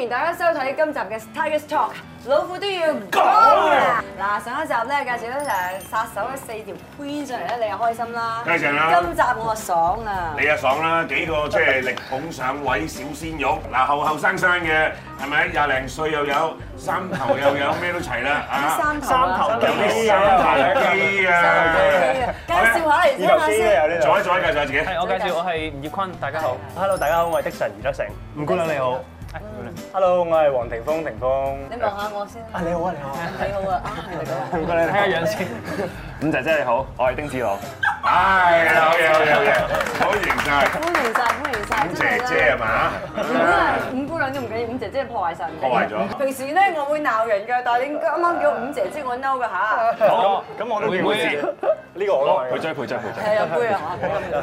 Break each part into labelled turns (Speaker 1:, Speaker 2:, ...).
Speaker 1: 哋今集嘅 Tigers Talk 老虎都要講啊！嗱，上一集咧介紹咗成殺手嘅四條 Queen 上嚟咧，你又開心啦，
Speaker 2: 梗係正啦
Speaker 1: 今集我爽啊！
Speaker 2: 你啊爽啦，幾個即係力捧上位小鮮肉，嗱後後生生嘅係咪？廿零歲又有，三頭 又有，咩都齊啦啊！
Speaker 1: 三頭啊
Speaker 3: 三頭
Speaker 2: 有啲三頭肌
Speaker 1: 三頭肌
Speaker 2: 啊
Speaker 1: 啊！介紹下嚟聽下先。
Speaker 2: 做一做一介紹下自己，
Speaker 3: 係，我介紹我係吳業坤，大家好。
Speaker 4: Hello，大家好，我係 Dixon 余德成。哎吳姑娘你好。Hello，我係黃庭鋒，庭鋒。
Speaker 1: 你望下我先啦。
Speaker 4: 你好啊，你好。
Speaker 1: 你好啊，啊係咁 啊。
Speaker 4: 吳姑娘
Speaker 3: 睇下樣先，
Speaker 4: 伍姐姐你好，我係丁子朗。
Speaker 2: 唉，好嘢好嘢好嘢，好型晒，
Speaker 1: 歡迎晒，歡迎晒，真
Speaker 2: 姐
Speaker 1: 係
Speaker 2: 姐係
Speaker 1: 咧。
Speaker 2: 嘛？
Speaker 1: 五姑娘都唔緊要，五姐姐破壞晒。
Speaker 2: 破壞咗
Speaker 1: 平時咧我會鬧人嘅，但係你啱啱叫五姐姐，我嬲㗎嚇。
Speaker 4: 好，咁我都
Speaker 3: 會
Speaker 4: 叫
Speaker 3: 唔
Speaker 4: 自己
Speaker 3: 會
Speaker 4: 呢個我都係
Speaker 5: 陪追陪追陪追，
Speaker 1: 係啊，杯啊嚇。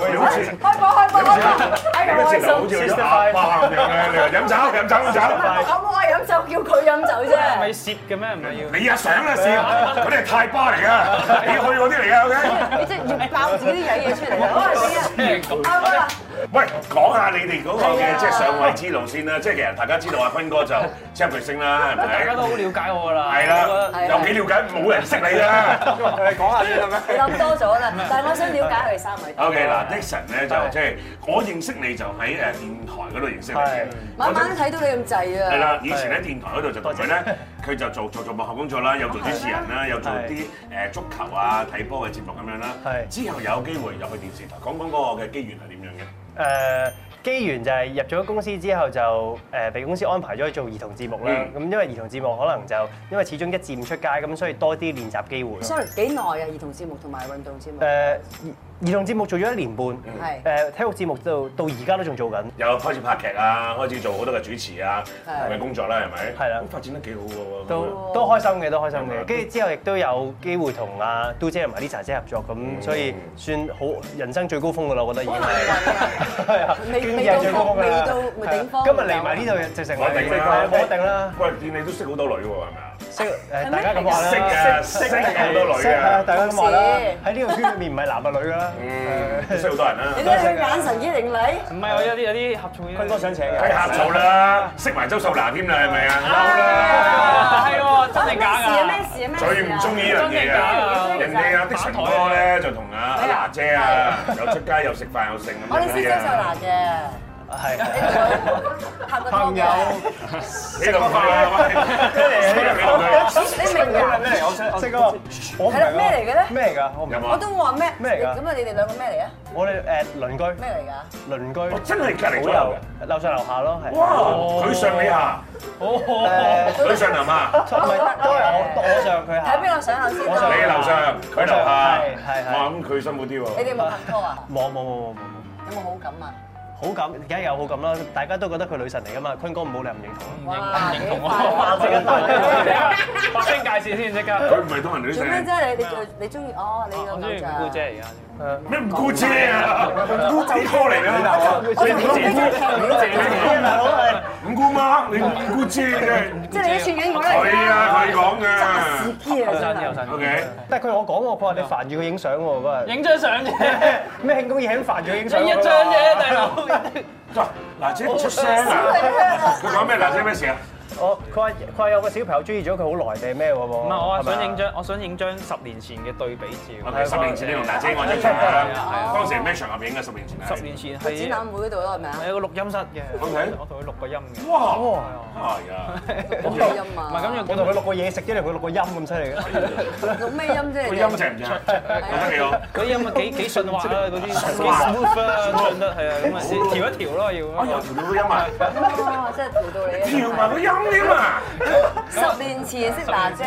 Speaker 2: 喂，你好似
Speaker 1: 開播開播開播，哎呀
Speaker 2: 你好
Speaker 1: 開
Speaker 2: 似好
Speaker 1: 心。
Speaker 2: 似有啲阿爸咁樣咧，你話飲酒飲酒飲酒，
Speaker 1: 咁我飲酒叫佢飲酒
Speaker 3: 係咪
Speaker 1: 啫。
Speaker 3: 攝嘅咩？唔係要。
Speaker 2: 你啊上啦先，嗰啲係泰巴嚟噶，你去嗰啲嚟噶，OK？
Speaker 1: 你即係越爆自己啲曳嘢出嚟啊！哇，你啊，阿哥啊，
Speaker 2: 喂，講下你哋嗰個
Speaker 1: 係
Speaker 2: 嘅
Speaker 1: 啊
Speaker 2: 即係上位之路先啦，即係其實大家知道阿坤哥就即係巨星啦，係
Speaker 3: 大家
Speaker 2: 咪？
Speaker 3: 都好了解我㗎啦。
Speaker 2: 係
Speaker 3: 我
Speaker 2: 啦，
Speaker 1: 係啊
Speaker 2: 有幾了解冇人識你啦。
Speaker 4: 你講下先啦
Speaker 1: 你
Speaker 4: 咩？
Speaker 1: 諗多咗啦。但係我想了解佢哋三位。
Speaker 2: OK，嗱，Dixon 咧就即係我認識你就喺誒電台嗰度認識你嘅
Speaker 4: 係，
Speaker 1: 晚
Speaker 2: 我就
Speaker 1: 晚都睇到你咁滯啊。
Speaker 2: 係啦，以前喺電台嗰度就同佢咧，佢就做做做幕後工作啦，有做主持人啦，有做啲誒足球啊睇波嘅節目咁樣啦。
Speaker 4: 係
Speaker 2: 之後有機會入去電視台，講講嗰個嘅機緣係點樣嘅？
Speaker 4: 誒機緣就係入咗公司之後就誒被公司安排咗去做兒童節目啦。咁因為兒童節目可能就因為始終一至五出街，咁所以多啲練習機會。
Speaker 1: Sorry，幾耐啊？兒童節目同埋運動節目。
Speaker 4: 誒兒童節目做咗一年半，
Speaker 1: 係
Speaker 4: 誒體育節目到到而家都仲做緊。
Speaker 2: 又開始拍劇啊，開始做好多嘅主持啊，
Speaker 1: 係
Speaker 2: 同埋工作啦，係咪？
Speaker 4: 係啦
Speaker 2: 咁發展得幾好喎。咁樣
Speaker 4: 都
Speaker 1: 啊
Speaker 4: 都開心嘅，都開心
Speaker 1: 嗯
Speaker 4: 嘅。跟住之後亦都有機會同阿嘟姐同埋 Lisa 姐合作，咁
Speaker 1: 嗯
Speaker 4: 所以算好人生最高峰噶啦，我覺得已經係。係啊，
Speaker 1: 未
Speaker 4: 已經係最高峰㗎啦
Speaker 1: 未到未到頂峰
Speaker 4: 係啊今日嚟埋呢度就成為
Speaker 2: 我定啦，
Speaker 4: 我定啦，
Speaker 2: 喂，見你都識好多女喎，係咪啊？
Speaker 4: 識誒大家咁話啦，
Speaker 2: 識啊識好多女㗎
Speaker 4: 識啊大家咁話啦，喺呢個圈裏面唔係男係女㗎啦。
Speaker 2: 嗯，都識好多人啦
Speaker 1: 你。睇佢眼神一定你。
Speaker 3: 唔係我有啲有啲合作嘅。
Speaker 4: 坤哥想請
Speaker 2: 睇
Speaker 4: 嘅，
Speaker 2: 下做啦，識埋周秀娜添啦，係咪啊？嬲啦！
Speaker 3: 啊係喎，真定假㗎？
Speaker 1: 咩事啊？咩事啊？
Speaker 2: 最唔中意呢樣嘢啊！人哋啊的神哥咧就同啊阿娜姐啊，又出街又食飯又剩咁
Speaker 1: 我哋識周秀娜嘅，
Speaker 4: 係
Speaker 1: 你拍過拖
Speaker 4: 朋友
Speaker 1: 嘅。
Speaker 2: 你 同佢啊？喂，你同佢
Speaker 1: 你明㗎？
Speaker 4: 咩嚟？我想識嗰個，我唔明
Speaker 1: 係
Speaker 4: 啊
Speaker 1: 啦咩嚟嘅咧
Speaker 4: 咩嚟㗎？我唔
Speaker 2: 有
Speaker 4: 明。
Speaker 2: 冇
Speaker 1: 我
Speaker 2: 啊？
Speaker 1: 都話咩？
Speaker 4: 咩嚟㗎
Speaker 1: 咁啊，你哋兩個咩嚟啊？
Speaker 4: 我哋誒鄰居，
Speaker 1: 咩嚟㗎？
Speaker 4: 鄰居
Speaker 2: 我真係隔離
Speaker 4: 好
Speaker 2: 左右
Speaker 4: 樓樓上樓下咯，係
Speaker 2: 嘅。。哇！佢上你下，
Speaker 3: 哦，
Speaker 2: 佢上男啊，
Speaker 4: 唔係都係我我上佢
Speaker 1: 睇
Speaker 4: 下，
Speaker 1: 邊個上下先
Speaker 4: 我上
Speaker 2: 你
Speaker 1: 啦？
Speaker 2: 樓上，佢樓下。
Speaker 4: 係係係
Speaker 2: 哇！咁佢辛苦啲
Speaker 1: 你
Speaker 2: 喎。
Speaker 1: 哋有冇拍拖啊？
Speaker 4: 冇冇冇冇冇冇
Speaker 1: 有冇好感啊？
Speaker 4: 好感，而家有好感啦，大家都覺得佢女神嚟噶嘛，坤哥唔好你唔認同
Speaker 1: 哇
Speaker 3: 唔認同
Speaker 1: 幾快啊
Speaker 3: 我。即刻發聲界線先，即
Speaker 2: 佢
Speaker 3: 刻。
Speaker 2: 唔係當人女
Speaker 1: 做
Speaker 2: 性
Speaker 1: 咩。啫？你你最你中意哦？你
Speaker 3: 我
Speaker 1: 個
Speaker 3: 中
Speaker 1: 偶
Speaker 3: 意
Speaker 1: 像
Speaker 3: 姑姐而家。
Speaker 2: 咩唔顧車啊？唔顧姐拖嚟啦，
Speaker 1: 我同佢比較近
Speaker 2: 你
Speaker 4: 啦。
Speaker 2: 唔顧媽，你唔顧姐嘅，
Speaker 1: 即係你一串緊我嚟㗎。
Speaker 2: 係啊，佢講
Speaker 1: 揸
Speaker 2: 嘅
Speaker 1: 士。機啊！
Speaker 3: 後生
Speaker 1: 真
Speaker 3: 啲，
Speaker 1: 係。
Speaker 3: 後生啲。
Speaker 2: à. OK，
Speaker 4: 但係佢同我講喎，佢話你煩住佢影相喎嗰日。
Speaker 3: 影張相啫，
Speaker 4: 咩慶功宴喺煩住佢影相
Speaker 3: 影
Speaker 4: 喎。
Speaker 3: 一張啫，大佬。
Speaker 2: 嗱，嗱姐唔出聲啊！佢講咩？嗱姐咩事啊？
Speaker 4: 我佢話佢話有個小朋友中意咗佢好耐定係咩喎？
Speaker 3: 唔
Speaker 4: 唔
Speaker 3: 係，我係想影張，我想影張十年前嘅對比照。
Speaker 2: OK，十年前你同嗱姐我張相啦，當時係咩場合影嘅？十年前係
Speaker 3: 十年前
Speaker 1: 展
Speaker 3: 係
Speaker 1: 覽會嗰度咯，係咪啊？
Speaker 3: 係有個錄音室嘅。
Speaker 2: OK
Speaker 3: 我同佢錄過音嘅。
Speaker 2: 哇，
Speaker 4: 哇！
Speaker 2: 係啊，
Speaker 1: 錄咩音啊？
Speaker 3: 唔係咁樣，
Speaker 4: 我同佢錄過嘢食啫，你同佢錄過音咁犀利嘅。
Speaker 1: 錄咩音啫？
Speaker 2: 個
Speaker 1: 你
Speaker 2: 音
Speaker 1: 哋
Speaker 2: 正唔正？覺得幾好。
Speaker 3: 嗰啲咁啊幾幾順滑啦，嗰啲幾 smooth 啦，唱得係啊，咁啊先調一調咯要。
Speaker 2: 啊，又調到個音啊，
Speaker 1: 哇！真係調到你
Speaker 2: 調埋個音添啊！
Speaker 1: 十年前識娜姐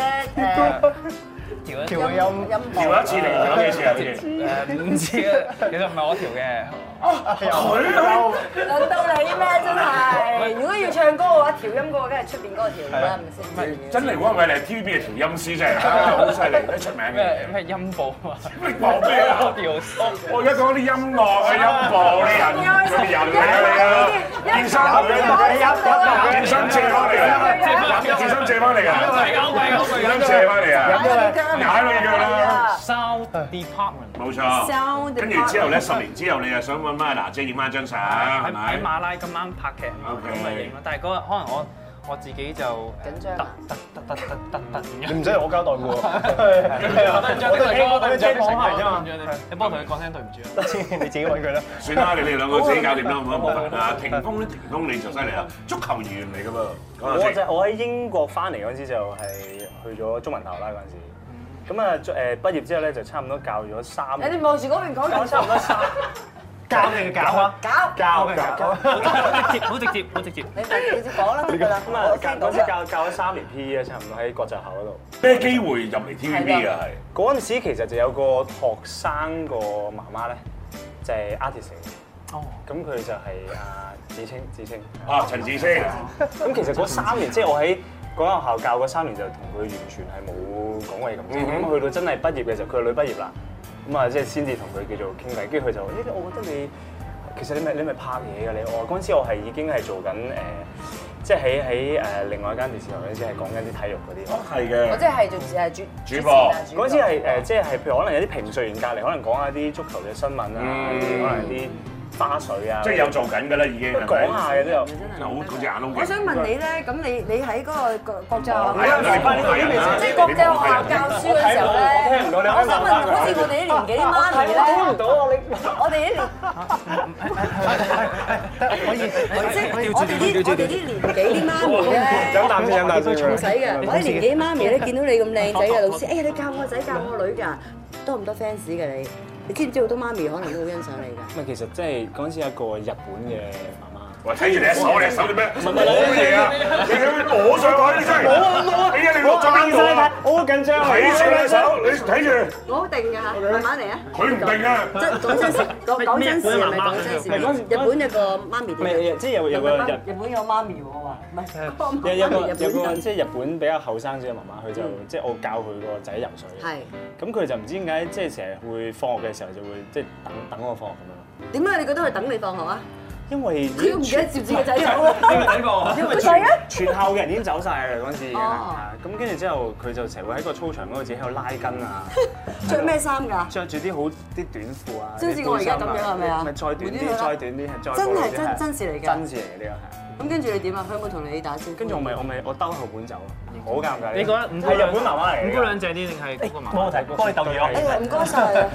Speaker 1: 誒
Speaker 4: 調個
Speaker 3: 調一調
Speaker 4: 音，
Speaker 1: 音部
Speaker 2: 調一次定調幾次啊？好似
Speaker 3: 誒唔知啊，其實唔係我調嘅，
Speaker 2: 佢
Speaker 1: 輪到你咩？真係，如果要唱歌嘅話，調音嗰個梗係出邊嗰個調啦，係咪先？
Speaker 2: 真嚟講，喂，你係 TVB 嘅調音師真係啊，好犀利，都出名
Speaker 3: 咩
Speaker 2: 嘅。
Speaker 3: 咩音部啊，
Speaker 2: 你講咩啊？
Speaker 3: 調
Speaker 2: 我而家講啲音樂啊、音部啲人，嗰啲人嚟啊你啊，健身嚟啊，健身借翻嚟啊，健身借翻嚟啊，
Speaker 3: 係我係我
Speaker 2: 健身借翻嚟啊，
Speaker 1: 踩你腳啦！
Speaker 3: Sound Department
Speaker 2: 冇錯。跟住之後咧，十年之後你又想揾翻阿娜姐影翻張相，係
Speaker 3: 喺喺
Speaker 2: 咪？
Speaker 3: 馬拉咁啱拍劇咁咪影咯，但係嗰日可能我。我自己就緊
Speaker 1: 張啊
Speaker 3: 突突突突突突然間
Speaker 6: 你唔使由我交代嘅喎，
Speaker 3: 我都唔知我都唔知我都唔知
Speaker 6: 我哋聽
Speaker 3: 講下
Speaker 6: 講下啫嘛
Speaker 3: 你幫我同佢講聲對唔住啊！
Speaker 6: 你自己揾佢啦。
Speaker 2: 算啦，你哋兩個自己搞掂啦，好唔好？冇煩啊，霆鋒咧，霆鋒你就犀利啦，足球員嚟噶噃，講下
Speaker 4: 我就
Speaker 2: 先。
Speaker 4: 我喺英國翻嚟嗰陣時就係去咗中文大學啦嗰陣時，咁啊誒畢業之後咧就差唔多教咗三
Speaker 1: 你哋望住嗰邊講緊
Speaker 4: 差唔多三
Speaker 6: 教定搞啊？
Speaker 1: 搞，
Speaker 4: 教教
Speaker 3: 好直接，好直接，好直接。
Speaker 1: 你咪直接講啦得㗎啦，
Speaker 4: 咁啊
Speaker 1: 我聽到
Speaker 4: 嗰陣時
Speaker 1: 啦。
Speaker 4: 教教咗三年 P.E. 啊，差唔多喺國際校嗰度。
Speaker 2: 咩機會入嚟 TVB 啊？係
Speaker 4: 嗰陣時其實就有個學生個媽媽咧，就係 artist 嚟嘅。
Speaker 3: 哦，
Speaker 4: 咁佢就係啊子清，子清。
Speaker 2: 啊，陳志清，
Speaker 4: 咁其實嗰三年，即係我喺嗰間學校教嗰三年，就同佢完全係冇講過嘢咁
Speaker 2: 嗯
Speaker 4: 啫。咁去到真係畢業嘅時候，佢個女畢業啦，咁啊即係先至同佢叫做傾偈，跟住佢就話：，咦，我覺得你其實你咪你咪拍嘢㗎你。我話嗰陣時我係已經係做緊誒，即係喺喺誒另外一間電視台嗰陣時係講緊啲體育嗰
Speaker 2: 哦
Speaker 4: 啲。
Speaker 2: 係
Speaker 1: 我
Speaker 2: 嘅
Speaker 1: 即。係做誒主
Speaker 2: 主播
Speaker 1: 持啊主
Speaker 4: 嗰陣時係誒，即係譬如可能有啲評述員隔離，可能講下啲足球嘅新聞啊，
Speaker 2: 嗯
Speaker 4: 可能啲花絮啊，
Speaker 2: 即係有做緊㗎啦，已經係咪
Speaker 4: 講下嘅都有。
Speaker 1: 真係
Speaker 2: 好好似眼窿
Speaker 1: 我想問你咧，咁你你喺嗰個國國際
Speaker 2: 係啊，
Speaker 1: 學
Speaker 2: 你
Speaker 1: 校，
Speaker 2: 冇睇人啦，
Speaker 1: 即係國際學校教書嘅時候咧，
Speaker 4: 我聽唔到你可
Speaker 1: 我
Speaker 4: 以
Speaker 1: 想
Speaker 4: 問返
Speaker 1: 問，
Speaker 4: 佢
Speaker 1: 好似我哋啲年紀啲媽咪
Speaker 4: 睇
Speaker 1: 咧
Speaker 4: 唔，到啊！你
Speaker 1: 我哋啲年。
Speaker 6: 得可以，
Speaker 1: 即係我哋啲我哋啲年紀啲媽
Speaker 4: 啊
Speaker 1: 咪咧，
Speaker 4: 飲啖先，飲啖先。
Speaker 1: 唔使嘅。我啲年紀媽咪咧，見到你咁靚仔嘅老師，哎呀，你教我仔教我女㗎，多唔多 fans 㗎你？你知唔知好多媽咪可能都好欣賞你㗎？
Speaker 4: 唔係，其實即係嗰陣時有一個日本嘅媽媽，
Speaker 2: 喂，睇住你一手，你一手做咩？冇嘢啊！你咁樣攞上去，你真係冇啊冇啊！你一定攞咗邊度啊？
Speaker 4: 我好緊張
Speaker 2: 睇住你手，你睇住，
Speaker 1: 我好定㗎，慢慢嚟啊！
Speaker 2: 佢唔定啊！
Speaker 1: 即係講真事，講講真事咪講真事。日本有個媽咪
Speaker 4: 唔係，即係有有個日
Speaker 1: 日本有媽咪喎，話唔
Speaker 4: 有
Speaker 1: 係
Speaker 4: 有個有個即係日本比較後生啲嘅媽媽，佢就即係我教佢個仔游水嘅。
Speaker 1: 係
Speaker 4: 咁佢就唔知點解即係成日會放學嘅時候就會即係等等我放學咁樣咯。
Speaker 1: 點解你覺得佢等你放學啊？
Speaker 4: 因為
Speaker 1: 佢都唔記得接自己個仔走
Speaker 3: 你
Speaker 1: 喎。
Speaker 3: 咪睇過？
Speaker 4: 因為
Speaker 1: 個仔咧
Speaker 4: 全全校嘅人已經走晒㗎啦嗰陣時已經
Speaker 1: 哦
Speaker 4: 係啊咁跟住之後佢就成日會喺個操場嗰度自己喺度拉筋啊。
Speaker 1: 着咩衫㗎？
Speaker 4: 着住啲好啲短褲啊，
Speaker 1: 即係好似我而家咁樣係咪啊
Speaker 4: 咪再短
Speaker 1: 換啲佢
Speaker 4: 啲，
Speaker 1: 啦
Speaker 4: 再短啲，再
Speaker 1: 真
Speaker 4: 暴露
Speaker 1: 係
Speaker 4: 啲
Speaker 1: 真真事嚟㗎
Speaker 4: 真事嚟嘅呢個係。
Speaker 1: 咁跟住你點啊？佢有冇同你打招呼？
Speaker 4: 跟住我咪我咪我兜後門走咯，好尷尬。
Speaker 3: 你覺得五
Speaker 4: 係
Speaker 3: 姑
Speaker 4: 日
Speaker 3: 娘
Speaker 4: 本啊媽媽嚟
Speaker 3: 五
Speaker 4: 嘅
Speaker 3: 姑娘正啲定係嗰個媽
Speaker 6: 幫我
Speaker 3: 媽？
Speaker 6: 睇，幫你鬥嘢
Speaker 1: 哎呀，唔該晒 啊！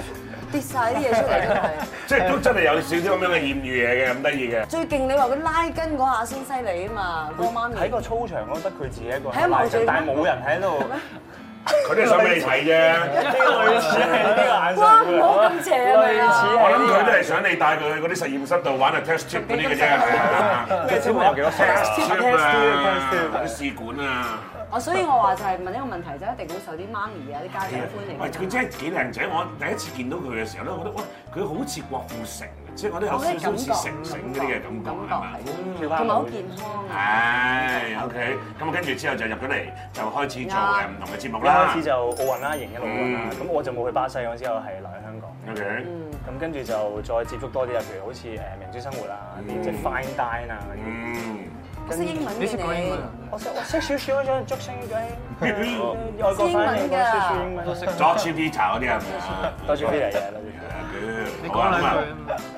Speaker 1: 跌晒啲嘢出嚟真係。
Speaker 2: 即係都真係有少少咁樣嘅豔遇嘢嘅，咁得意嘅。
Speaker 1: 最勁你話佢拉筋嗰下先犀利啊嘛，嗰個媽咪
Speaker 4: 喺。個操場嗰度得佢自己一個
Speaker 1: 係啊
Speaker 4: 喺
Speaker 1: 望
Speaker 4: 度
Speaker 1: 住你
Speaker 4: 但係冇人喺度。
Speaker 2: 佢都係想俾你睇啫。
Speaker 4: 類似係呢個眼
Speaker 1: 哇，
Speaker 4: 神
Speaker 1: 唔好咁邪啊！咪啊！
Speaker 2: 我諗佢都係想你帶佢去嗰啲實驗室度玩啊 test tube 嗰啲嘅啫，係啊
Speaker 4: 咩小朋友幾多歲
Speaker 2: test à, tube 啊
Speaker 4: test，tube，test
Speaker 2: 啲試管啊。
Speaker 1: 我所以我話就係問一個問題，就一定會受啲媽咪啊、啲家長歡迎。
Speaker 2: 喂，佢真係幾靚仔！我第一次見到佢嘅時候咧，我覺得哇，佢好似郭富城嘅，即係我都有少少似成成嗰啲嘅感覺，係嘛？
Speaker 4: 嗯
Speaker 1: 同埋好健康啊！
Speaker 2: 唉，OK，咁啊，跟住之後就入咗嚟，就開始做誒唔同嘅節目
Speaker 4: 一開
Speaker 2: 啦
Speaker 4: 始。就奧運啦，贏一路奧運啦。
Speaker 2: 嗯
Speaker 4: 咁我就冇去巴西嗰陣時，我係留喺香港。
Speaker 2: OK，
Speaker 4: 咁跟住就再接觸多啲啊，譬如好似誒明珠生活啊，
Speaker 7: 嗯
Speaker 4: 啲即係 fine dine 啊
Speaker 2: Ừ.
Speaker 4: 嗰啲。
Speaker 2: 嗯，
Speaker 1: 我識英文
Speaker 3: 你識講英
Speaker 1: 嘅
Speaker 3: 文啊？
Speaker 4: 我識我識少少嗰種竹升 雞，外
Speaker 1: 國
Speaker 4: 國
Speaker 1: 翻
Speaker 4: 翻
Speaker 1: 嚟講少
Speaker 4: 嚟少少
Speaker 1: 少英
Speaker 4: 英文，
Speaker 3: 都識。
Speaker 2: 作 c p 茶嗰啲係咪啊？
Speaker 4: 多謝啲嚟嘅，多謝。啊
Speaker 2: 你
Speaker 3: 你講兩句啊嘛。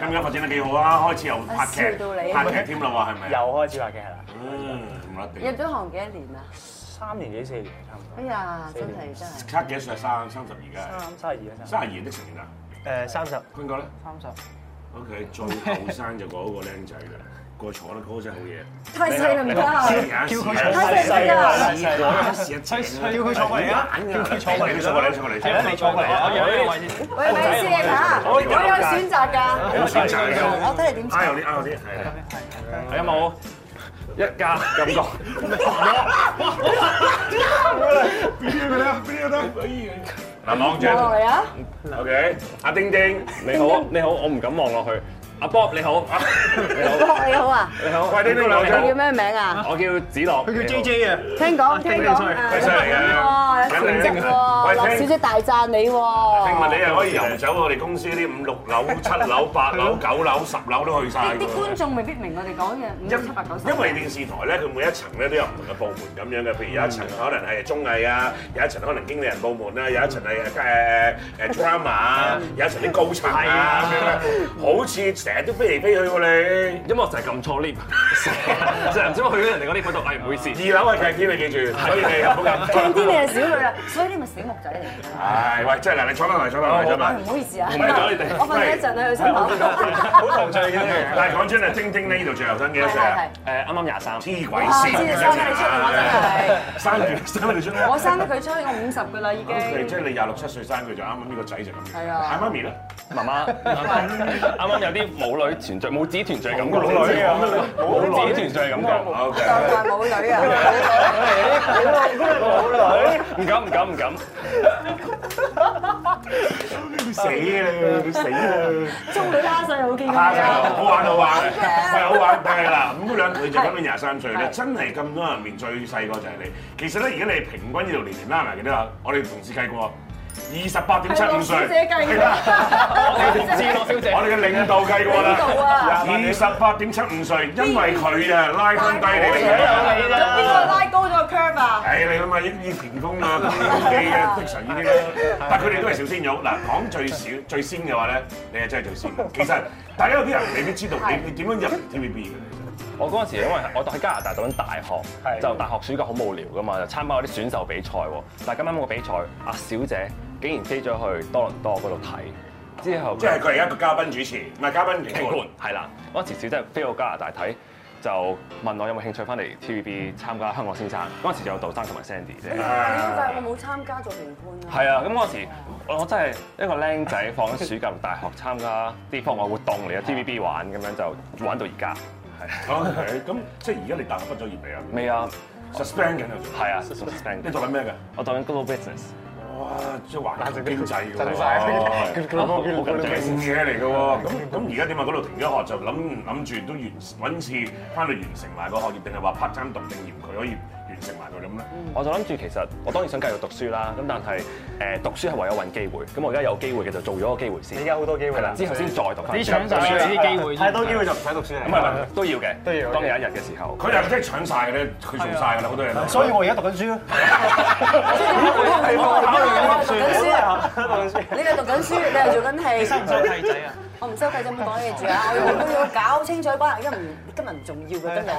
Speaker 2: 今日發展得幾好啊！開始又拍劇
Speaker 1: 啊笑到你，
Speaker 2: 拍劇添啦喎，係咪？
Speaker 4: 又開始拍嘅係啦，
Speaker 2: 嗯，唔甩
Speaker 1: 入
Speaker 2: 地。
Speaker 1: 咗行幾多年啊？
Speaker 4: 三年幾四年差唔
Speaker 1: 哎
Speaker 4: 多，
Speaker 1: 呀，真係真係。
Speaker 2: 差幾多歲啊？三三十二
Speaker 4: 三三十二啊
Speaker 2: 㗎，三
Speaker 4: 三。
Speaker 2: 十二的成年啊？
Speaker 6: 誒三十，
Speaker 2: 邊個咧
Speaker 3: 三十。
Speaker 2: ？OK，最後生就嗰個僆仔啦，過去坐啦，嗰個真係好嘢。
Speaker 1: 太細啦唔得啊！
Speaker 2: 叫佢
Speaker 1: 太細啦唔得啊！
Speaker 6: 叫佢坐過嚟啊！叫佢坐過
Speaker 2: 你
Speaker 6: 嚟
Speaker 2: 坐
Speaker 6: 啦
Speaker 2: 過嚟，坐過嚟，
Speaker 6: 係啊，你坐過嚟啊！
Speaker 1: 喂，咪先嚇，我有選擇㗎。
Speaker 2: 好選擇嚟㗎。
Speaker 1: 我睇你點
Speaker 2: 啱有
Speaker 1: 選。
Speaker 2: 啲，啱有啲，係啊。
Speaker 3: 有冇？
Speaker 2: 一家感覺。邊個咧？邊個咧？嗱，望
Speaker 1: 望落
Speaker 2: 住。
Speaker 1: 嚟啊！
Speaker 2: OK，阿丁丁，
Speaker 8: 你好，你好，我唔敢望落去。阿 Bob 你好，
Speaker 7: 啊
Speaker 1: 你好啊，
Speaker 8: 你好，
Speaker 2: 喂丁
Speaker 8: 你
Speaker 2: 丁
Speaker 8: 好
Speaker 2: 兩
Speaker 1: 你叫
Speaker 2: 張，
Speaker 1: 咩名啊？
Speaker 8: 我叫子樂，佢
Speaker 6: J 啊，
Speaker 1: 聽講聽講啊，
Speaker 2: 犀利
Speaker 1: 哇，有
Speaker 2: 嘅。
Speaker 1: 成績喎，樂小姐大讚你喎。
Speaker 2: 聽聞你係可以遊走我哋公司啲五六樓、七樓、八樓、九樓、十樓都去晒㗎
Speaker 1: 啲觀眾未必明我哋講嘅五
Speaker 2: 因
Speaker 1: 七八九十。
Speaker 2: 因為電視台咧，佢每一層咧都有唔同嘅部門咁樣嘅，譬如有一層可能係綜藝啊，有一層可能經理人部門啊，有一 à, 層係誒誒誒 drama 啊，有一層啲高層啊咁樣，好似成日都飛嚟飛去喎你。
Speaker 7: 因為我成日撳錯 lift，成日唔知我去咗人哋嗰 lift 嗰度，哎唔好意思。
Speaker 2: 二樓係劇天，你記住，所以你唔好咁。
Speaker 1: 聽啲你係小女啦，所以你咪醒目仔嚟㗎啦。
Speaker 2: 唉，喂，真係嗱，你坐翻埋，坐翻埋，坐
Speaker 1: 唉
Speaker 2: 埋
Speaker 1: 唔。好意思啊，
Speaker 2: 唔係咗你哋
Speaker 1: 我瞓咗一陣去心口。
Speaker 4: 好陶醉嘅。
Speaker 2: 但係講真啊，晶晶呢呢度最後生幾多歲啊？
Speaker 7: 誒啱啱廿三，
Speaker 2: 黐鬼
Speaker 1: 哇！知
Speaker 2: 線
Speaker 1: 你生得你出嚟，我真係我
Speaker 2: 生佢生佢出嚟
Speaker 1: 生得佢出嚟，我五十㗎啦已經。
Speaker 2: OK，即係你廿六七歲生佢就啱啱呢個仔就咁樣。
Speaker 1: 係啊
Speaker 2: 嗌媽咪啦，
Speaker 7: 媽媽啱啱有啲母女團聚、母子團聚咁嘅老
Speaker 2: 女啊
Speaker 7: 母子團聚咁嘅。
Speaker 2: OK。
Speaker 1: 當代母女啊！
Speaker 7: 唔敢唔敢唔敢，
Speaker 2: 死啦！佢死啦！
Speaker 1: 中女蝦細好
Speaker 2: 啊
Speaker 1: 勁
Speaker 2: 好
Speaker 1: 啊！
Speaker 2: 玩好玩，係好玩，但係啦，咁兩佢就今年廿三歲咧，真係咁多人入面最細個就係你。其實咧，而家你平均呢度年齡拉埋幾多啊？我哋同事計過，二十八點七五歲，
Speaker 1: 小姐計
Speaker 2: 係啦，
Speaker 3: 我哋知咯，小姐
Speaker 2: 我。哋嘅領導計過啦
Speaker 1: 領導啊，
Speaker 2: 二十八點七五歲，因為佢啊拉翻低你哋。
Speaker 1: 咁邊個拉高咗個 curve 啊？
Speaker 2: 唉，你諗下，以田峰啊、你嘅 Dixon 呢啲咧，但佢哋都係小鮮肉。嗱，講最少最鮮嘅話咧，你係真係最鮮。其實大家有啲人未必知道你你點樣入嚟 TVB 嘅。
Speaker 7: 我嗰陣時因為我喺加拿大讀緊大學，
Speaker 4: 係
Speaker 7: 就大學暑假好無聊噶嘛，就參加嗰啲選秀比賽喎。但係咁啱個比賽，阿小姐竟然飛咗去多倫多嗰度睇，之後
Speaker 2: 即係佢係一個嘉賓主持，唔係嘉賓
Speaker 7: 評
Speaker 2: 評判
Speaker 7: 判。係啦。嗰陣時小姐飛到加拿大睇，就問我有冇興趣翻嚟 TVB 參加香港先生。嗰陣時就有杜生同埋 Sandy 啫。
Speaker 1: 但係我冇參加做評判啊。
Speaker 7: 係啊，咁嗰時我真係一個僆仔，放緊暑假讀大學參加啲課外活動嚟啊，TVB 玩咁樣就玩到而家。係
Speaker 2: ，OK，咁即係而家你大學畢咗業未啊
Speaker 7: 未啊？
Speaker 2: ？suspend 緊啊！
Speaker 7: 係啊
Speaker 2: 你
Speaker 7: ，suspend。
Speaker 2: 做緊咩㗎？
Speaker 7: 我當緊 global business。
Speaker 2: 哇！即係環球經濟㗎喎，
Speaker 4: 震晒
Speaker 7: 好緊張。
Speaker 2: 勁嘢嚟㗎喎。咁咁而家點啊？嗰度停咗學就諗諗住都完揾次翻去完成埋個學業，定係話拍 a 讀定嫌佢可以完成埋佢咁咧？
Speaker 7: 我就諗住其實我當然想繼續讀書啦，咁但係誒讀書係唯有揾機會，咁我而家有機會嘅就做咗個機會先。
Speaker 4: 而家啊好多機會
Speaker 7: 係啦
Speaker 4: 啦，，
Speaker 7: 之後先再讀翻。
Speaker 3: 你搶晒呢啲機會，
Speaker 4: 太多機會就唔使讀書啦。
Speaker 7: 唔係唔係都要嘅，
Speaker 4: 都要
Speaker 7: 當有一日嘅時候。
Speaker 2: 佢又即係搶晒嘅咧，佢做晒㗎啦，好多嘢都。
Speaker 4: 所以我而家讀緊 書咯。
Speaker 1: 我讀緊書，
Speaker 4: 讀緊書。
Speaker 1: 你係讀緊書，你係做緊戲。
Speaker 3: 收唔收契仔啊？
Speaker 1: 我唔收契仔，唔好講嘢住啊！我要我要搞清楚關係，因為唔今日唔重要嘅今日。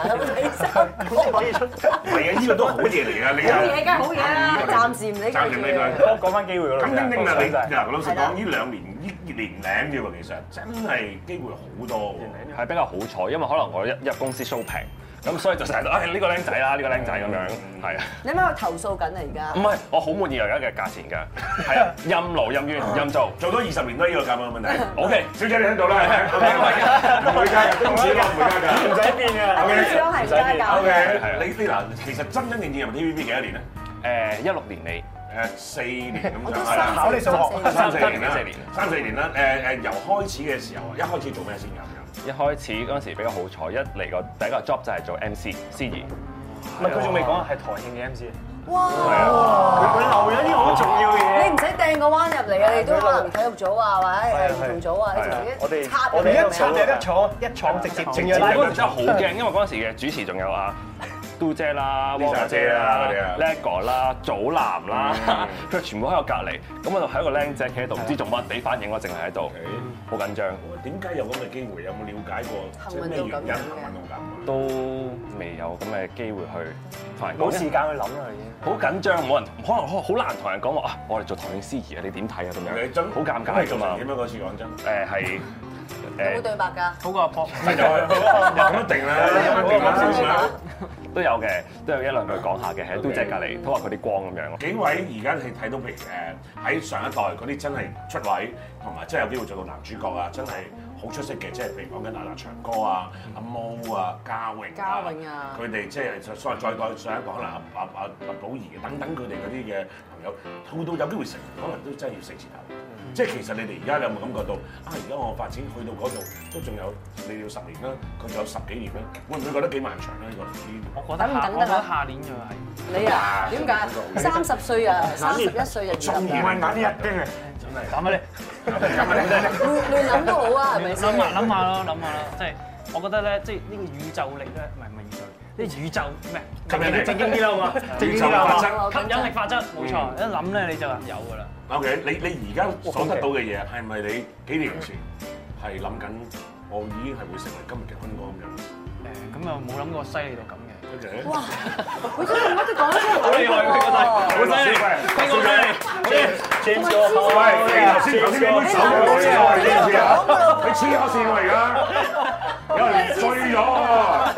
Speaker 1: 好
Speaker 4: 可以出。
Speaker 2: 唔係啊，呢個都好嘢嚟㗎，你又
Speaker 1: 嘢梗係好嘢啦，暫時唔理
Speaker 2: 暫停呢
Speaker 1: 佢。
Speaker 2: 個。
Speaker 4: 講翻機會嗰度。
Speaker 2: 咁丁丁啦，你嗱老實
Speaker 1: 係啦
Speaker 2: 講，呢兩年呢年零啫喎，其實真係機會好多喎。
Speaker 7: 係比較好彩，因為可能我一入公司 show 平，咁所以就成日都唉呢個僆仔啦，呢個僆仔咁樣，係啊，
Speaker 1: 你咪喺度投訴緊啊！而家
Speaker 4: 嗯
Speaker 7: 唔係我好滿意我而家嘅價錢㗎，係 啊，任勞任
Speaker 4: 哦
Speaker 7: 怨任做
Speaker 2: 做多二十年都係呢個價碼問題。
Speaker 7: ，OK，
Speaker 2: 小姐你聽到啦，唔會加㗎，公司個唔會加
Speaker 4: 唔
Speaker 2: 㗎。
Speaker 4: 使變嘅。
Speaker 1: 我哋始終係加價
Speaker 2: O。K，你你嗱，其實真真正正入 T V B 幾多年咧？
Speaker 7: 誒一六年尾，
Speaker 2: 誒四年
Speaker 1: 我
Speaker 2: 咁
Speaker 1: 都
Speaker 2: 上
Speaker 1: 三
Speaker 2: 下啦，
Speaker 4: 考你數學
Speaker 2: 三四年啦，
Speaker 7: 三四年
Speaker 2: 三四年啦。誒誒，由開始嘅時候啊，一開始做咩先㗎？
Speaker 7: 一開始嗰陣時比較好彩，一嚟個第一個 job 就係做 MC 司儀，
Speaker 4: 唔係佢仲未講係台慶嘅 MC。
Speaker 1: 哇！
Speaker 4: 佢留咗啲好重要嘅
Speaker 1: 你
Speaker 4: 嘢。
Speaker 1: 唔使掟個彎入嚟啊！你都可能體育組啊，
Speaker 4: 係
Speaker 1: 或者誒兒童
Speaker 4: 係
Speaker 1: 組啊，你
Speaker 4: 我
Speaker 1: 自己
Speaker 4: 哋
Speaker 1: 插入
Speaker 4: 我哋
Speaker 1: 嚟
Speaker 4: 一
Speaker 1: 個
Speaker 4: 廠
Speaker 1: 名
Speaker 4: 一廠一廠直接整咗
Speaker 7: 但係
Speaker 4: 拉
Speaker 7: 嗰陣時真係好驚，因為嗰陣時嘅主持仲有啊。嘟姐啦、
Speaker 2: Lisa
Speaker 7: 汪姐
Speaker 2: 姐啦
Speaker 7: 啦
Speaker 2: 嗰啲啊、嗯
Speaker 7: Lego 啦、祖藍啦， 佢全部喺我隔離，咁我就係一個僆仔企喺度，唔知做乜，俾反應我淨係喺度，好緊張。
Speaker 2: 點解有咁嘅機會？有冇了解過即係咩原因幸運到咁？
Speaker 7: 都未有咁嘅機會去同人講
Speaker 4: 冇時間去諗啦已經。
Speaker 7: 好緊張，冇人可能好難同人講話啊！我哋做台慶司儀啊，你點睇啊？咁
Speaker 2: 你
Speaker 7: 樣
Speaker 2: 真
Speaker 7: 好尷尬㗎嘛
Speaker 2: 點？啊嗰次講真，
Speaker 7: 誒係
Speaker 1: 有冇
Speaker 7: 誒
Speaker 1: 對白㗎？
Speaker 3: 好過阿 Pop。
Speaker 2: 咪就係咁一定啦，咁一定啦，少少。
Speaker 7: 都有嘅，都有一兩句講下嘅，喺嘟姐隔離都話佢啲光咁樣咯。
Speaker 2: 幾位而家係睇到譬如誒喺上一代嗰啲真係出位，同埋真係有機會做到男主角啊，真係好出色嘅，即係譬如講緊娜娜長歌啊、阿毛啊、嘉穎、
Speaker 1: 嘉穎啊
Speaker 2: 佢哋即係所謂再代上一個可能阿阿阿阿寶儀啊等等佢哋嗰啲嘅朋友，去到有機會成，可能都真係要四字頭。
Speaker 1: 嗯
Speaker 2: 即係其實你哋而家有冇感覺到啊？而家我發展去到嗰度都仲有你要十年啦，佢仲有十幾年啦，會唔會覺得幾漫長咧？呢個呢
Speaker 3: 我覺得
Speaker 1: 等唔等得
Speaker 3: 下，
Speaker 1: 啊
Speaker 3: 我覺得下年就係。
Speaker 1: 你啊，點解三十歲啊，三十一歲就
Speaker 2: 中
Speaker 1: 移
Speaker 2: 意
Speaker 1: 民
Speaker 2: 揾
Speaker 1: 㗎？
Speaker 2: 眼一驚啊！
Speaker 3: 諗下咧，
Speaker 1: 亂亂諗都好啊，係咪
Speaker 3: 諗
Speaker 1: 先？
Speaker 3: 下諗下咯，諗下咯，即係我覺得咧，即係呢個宇宙力咧，唔係唔係宇宙力，呢宇宙咩？
Speaker 2: 吸引力
Speaker 3: 正經啲啦，好嘛？正經
Speaker 2: 宇宙
Speaker 3: 啲啦，
Speaker 2: 法
Speaker 3: 好
Speaker 2: 則
Speaker 3: 嘛吸引力法則冇錯，一諗咧你就話有㗎啦。
Speaker 2: OK，你你而家所得到嘅嘢係咪你幾年前係諗緊我已經係會成為今日嘅坤哥咁樣。
Speaker 3: 誒咁又冇諗過犀利到咁嘅。
Speaker 2: O K，
Speaker 1: 哇！佢真係乜都講得出
Speaker 3: 好
Speaker 1: 嚟
Speaker 3: 厲害佢個仔，
Speaker 1: 喎。
Speaker 3: 好犀利，邊個犀利？
Speaker 4: James 哥，
Speaker 2: 喂，你頭先頭先你手我知啊，你知唔知啊？你黐咗線喎而家，有人醉咗喎。